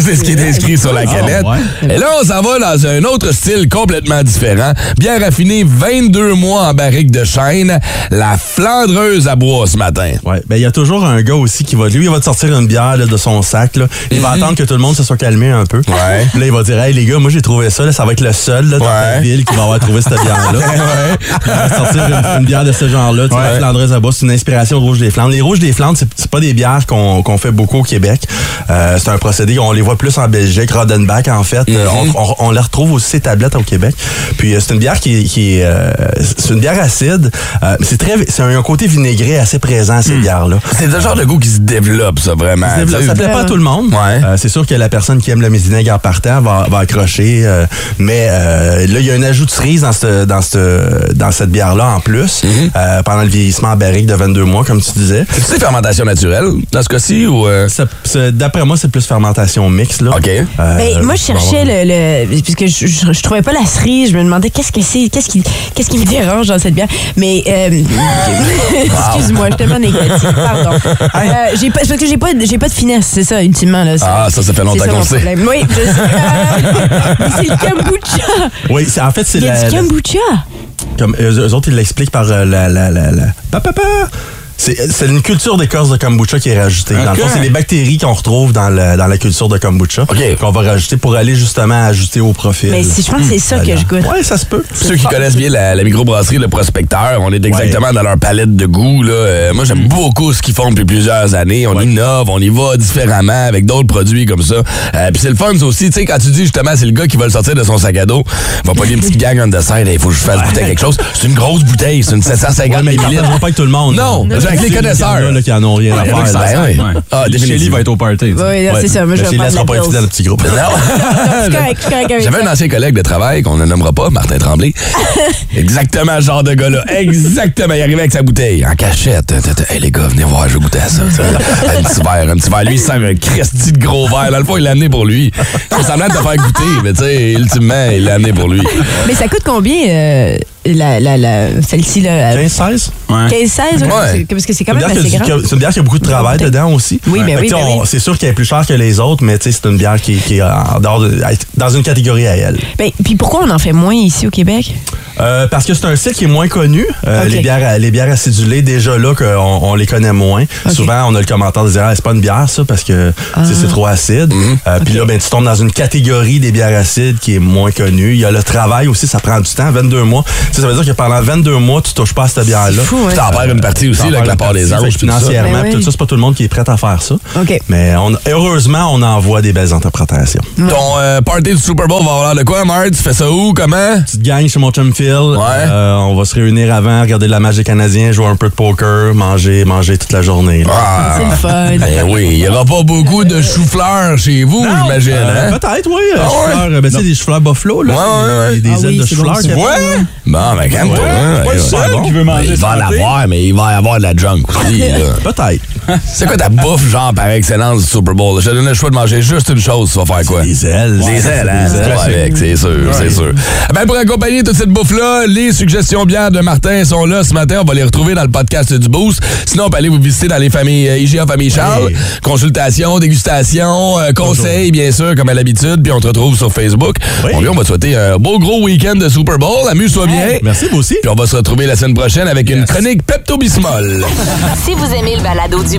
[SPEAKER 1] c'est ce qui est inscrit sur la canette.
[SPEAKER 11] ouais.
[SPEAKER 1] Et là, on s'en va dans un autre style complètement différent. différents. Bien raffinée, 22 mois en barrique de chêne. La flandreuse à bois ce matin.
[SPEAKER 16] Ouais, ben il y a toujours un gars aussi qui va lui, il va te sortir une bière là, de son sac là. Il va attendre que tout le monde se soit calmé un peu. Ouais. Là, il va dire "Hey les gars, moi j'ai trouvé ça là, ça va être le seul là, dans la ville qui va avoir trouvé cette bière là."
[SPEAKER 1] ouais.
[SPEAKER 16] Il va *laughs* sortir une, une bière de ce genre-là, tu sais, la Flandreuse à bois, c'est une inspiration rouge des Flandres. Les rouges des Flandres, c'est c'est pas des bières qu'on qu'on fait beaucoup au Québec. Euh, c'est un procédé, on les voit plus en Belgique, Rodenbach en fait. Euh, on, on- on les retrouve aussi ces tablettes au Québec. Puis euh, c'est une bière qui, qui est, euh, c'est une bière acide. Euh, c'est très, c'est un côté vinaigré assez présent ces bières là.
[SPEAKER 1] C'est le genre de goût qui se développe, ça, vraiment.
[SPEAKER 16] Ça, développe. Ça plaît pas à tout le monde. Euh, c'est sûr que la personne qui aime le mésinègue en partant va, va accrocher. euh, mais euh, là, il y a un ajout de cerise dans cette, dans cette, dans cette bière-là en plus,
[SPEAKER 1] Mhm.
[SPEAKER 16] euh, pendant le vieillissement en barrique de 22 mois, comme tu disais.
[SPEAKER 1] C'est fermentation naturelle, dans ce cas-ci, ou... euh?
[SPEAKER 16] D'après moi, c'est plus fermentation mixte. Là. Euh, OK.
[SPEAKER 1] Euh,
[SPEAKER 3] Ben, moi, je cherchais le, le- puisque je, je, je trouvais pas la cerise, je me demandais qu'est-ce que c'est, qu'est-ce qui, qu'est-ce qui me dérange dans cette bière. Mais euh, *laughs* excuse-moi, je suis tellement négative, pardon. Euh, j'ai pas, c'est parce que j'ai pas, j'ai pas de finesse, c'est ça ultimement là.
[SPEAKER 1] Ah, ça, ça fait longtemps
[SPEAKER 3] C'est
[SPEAKER 1] qu'on
[SPEAKER 3] mon
[SPEAKER 1] le sait.
[SPEAKER 3] problème. Oui, je
[SPEAKER 16] *laughs*
[SPEAKER 3] sais. Mais c'est le *laughs* kombucha.
[SPEAKER 16] Oui, c'est- en fait, c'est
[SPEAKER 3] Il y a
[SPEAKER 16] la-
[SPEAKER 3] du
[SPEAKER 16] la-
[SPEAKER 3] kombucha.
[SPEAKER 16] Comme eux, eux autres, ils l'expliquent par euh, la. la, la, la- pa, pa, pa. C'est c'est une culture d'écorce de kombucha qui est rajoutée. Dans le
[SPEAKER 1] Ok.
[SPEAKER 16] fond, c'est les bactéries qu'on retrouve dans, le- dans la culture de kombucha qu'on va rajouter pour aller justement ajuster au profil.
[SPEAKER 3] Mais si je pense que c'est ça que je goûte.
[SPEAKER 16] Ouais, ça se peut.
[SPEAKER 1] Ceux qui connaissent bien la, la microbrasserie, le prospecteur, on est exactement dans leur palette de goût. Là. Euh, moi, j'aime beaucoup ce qu'ils font depuis plusieurs années. On innove, on y va différemment avec d'autres produits comme ça. Euh, Puis c'est le fun ça aussi, tu sais, quand tu dis justement, c'est le gars qui va le sortir de son sac à dos, il va pogner une petite gang on the side, il faut que je fasse goûter quelque chose. C'est une grosse bouteille, c'est une 750
[SPEAKER 16] Ouais, mais ils
[SPEAKER 1] millilitres.
[SPEAKER 16] partagent pas avec tout le monde.
[SPEAKER 1] Non,
[SPEAKER 16] Non.
[SPEAKER 1] j'ai avec les
[SPEAKER 16] Il y en a,
[SPEAKER 1] connaisseurs.
[SPEAKER 16] là, qui en ont rien à
[SPEAKER 1] Ouais,
[SPEAKER 16] faire,
[SPEAKER 1] ben,
[SPEAKER 16] là.
[SPEAKER 1] ouais.
[SPEAKER 16] Ouais.
[SPEAKER 1] Ah,
[SPEAKER 16] Le
[SPEAKER 1] définitivement.
[SPEAKER 16] Shelly va être au party. tu sais.
[SPEAKER 3] Oui, non, c'est ça, moi, je vais
[SPEAKER 16] Le Shelly,
[SPEAKER 3] prendre
[SPEAKER 16] elle sera
[SPEAKER 3] la
[SPEAKER 16] pas
[SPEAKER 3] pills.
[SPEAKER 16] invitée dans le petit groupe. *laughs*
[SPEAKER 3] Je suis correct, je
[SPEAKER 1] *laughs*
[SPEAKER 3] suis correct avec
[SPEAKER 1] J'avais un
[SPEAKER 3] ça.
[SPEAKER 1] ancien collègue de travail qu'on ne nommera pas, Martin *laughs* Tremblay. Exactement ce genre de gars-là. Exactement. Il arrivait avec sa bouteille en cachette. Hey les gars, venez voir, je vais goûter à ça. un petit verre, un petit verre. Lui, il sent un cresti de gros verre. Dans le fond, il l'a amené pour lui. Il fait semblant de te faire goûter, mais tu sais, ultimement, il l'a amené pour lui.
[SPEAKER 3] Mais ça coûte combien euh, la, la, la, celle-ci là?
[SPEAKER 16] 15-16?
[SPEAKER 3] 15-16, ouais,
[SPEAKER 16] Ouais.
[SPEAKER 3] c'est- parce que c'est quand
[SPEAKER 16] C'est
[SPEAKER 3] même
[SPEAKER 16] une bière
[SPEAKER 3] assez
[SPEAKER 16] qui a du-
[SPEAKER 3] grand.
[SPEAKER 16] qui a- C'est une bière qui a beaucoup de travail dedans aussi.
[SPEAKER 3] Oui, mais
[SPEAKER 16] Fait que,
[SPEAKER 3] oui,
[SPEAKER 16] tu sais,
[SPEAKER 3] mais
[SPEAKER 16] on-
[SPEAKER 3] oui.
[SPEAKER 16] C'est sûr qu'elle est plus chère que les autres, mais tu sais, c'est une bière qui, qui est en dehors de- dans une catégorie à elle.
[SPEAKER 3] Ben, puis pourquoi on en fait moins ici au Québec?
[SPEAKER 16] Euh, parce que c'est un style qui est moins connu. Euh,
[SPEAKER 3] Ok.
[SPEAKER 16] les, bières, les bières acidulées, déjà là, qu'on on les connaît moins. Souvent, on a le commentaire de dire ah, c'est pas une bière, ça, parce que tu sais, c'est
[SPEAKER 1] Ah.
[SPEAKER 16] trop acide.
[SPEAKER 1] Mhm.
[SPEAKER 16] Euh, Puis là, ben, tu tombes dans une catégorie des bières acides qui est moins connue. Il y a le travail aussi, ça prend du temps, 22 mois. Tu sais, ça veut dire que pendant 22 mois, tu touches pas à cette bière-là.
[SPEAKER 1] C'est fou, ouais. T'en perds une partie aussi,
[SPEAKER 16] t'en
[SPEAKER 1] là,
[SPEAKER 16] perds
[SPEAKER 1] avec la
[SPEAKER 16] une
[SPEAKER 1] part des
[SPEAKER 16] partie.
[SPEAKER 1] anges,
[SPEAKER 16] Fait que
[SPEAKER 1] tout ça.
[SPEAKER 16] Financièrement,
[SPEAKER 1] Mais
[SPEAKER 16] puis
[SPEAKER 1] oui.
[SPEAKER 16] tout ça, c'est pas tout le monde qui est prêt à faire ça. Mais on, heureusement, on envoie des belles interprétations.
[SPEAKER 1] Ton euh, party du Super Bowl va avoir l'air de quoi, Marc? Tu fais ça où? Comment?
[SPEAKER 16] Petite gang chez mon chum Phil. Euh, on va se réunir avant, regarder la match des Canadiens, jouer un peu de poker, manger, manger toute la journée. là.
[SPEAKER 1] C'est le fun. Ben oui, il n'y aura pas beaucoup de chou-fleurs chez vous, j'imagine.
[SPEAKER 16] Euh,
[SPEAKER 1] hein?
[SPEAKER 16] Peut-être, oui. euh,
[SPEAKER 1] Ah ouais?
[SPEAKER 16] chou-fleur, euh, ben, tu sais, des chou-fleurs *laughs* buffalo, là. Ah
[SPEAKER 1] Ouais, ouais, ouais.
[SPEAKER 16] Des ailes de chou-fleur. qu'il y a
[SPEAKER 1] Ouais?
[SPEAKER 16] dedans,
[SPEAKER 1] Bon, mais calme-toi.
[SPEAKER 16] Ouais,
[SPEAKER 1] hein.
[SPEAKER 16] c'est pas le seul
[SPEAKER 1] Ah bon?
[SPEAKER 16] qui veut manger
[SPEAKER 1] Il va en
[SPEAKER 16] santé.
[SPEAKER 1] avoir, mais il va y avoir de la junk
[SPEAKER 16] *laughs*
[SPEAKER 1] aussi.
[SPEAKER 16] Peut-être.
[SPEAKER 1] C'est quoi ta bouffe, genre, par excellence du Super Bowl? Je te donne le choix de manger juste une chose, tu vas faire quoi? Des
[SPEAKER 16] ailes.
[SPEAKER 1] Des
[SPEAKER 16] Ouais, c'est
[SPEAKER 1] ailes, hein?
[SPEAKER 16] des ailes.
[SPEAKER 1] Tu vas avec, c'est sûr, c'est sûr. Eh Ben, pour accompagner toute cette bouffe-là, les suggestions bières de Martin sont là ce matin. On va les retrouver dans le podcast du Boost. Sinon, on peut aller vous visiter dans les familles euh, IGA Famille Charles. Consultation, dégustation, euh, conseils, bien sûr, comme à l'habitude. Puis on te retrouve sur Facebook. Bon, lui, on va te souhaiter un beau gros week-end de Super Bowl. Amuse-toi bien.
[SPEAKER 16] Merci, vous aussi.
[SPEAKER 1] Puis on va se retrouver la semaine prochaine avec une chronique Pepto-Bismol.
[SPEAKER 9] Si vous aimez le balado du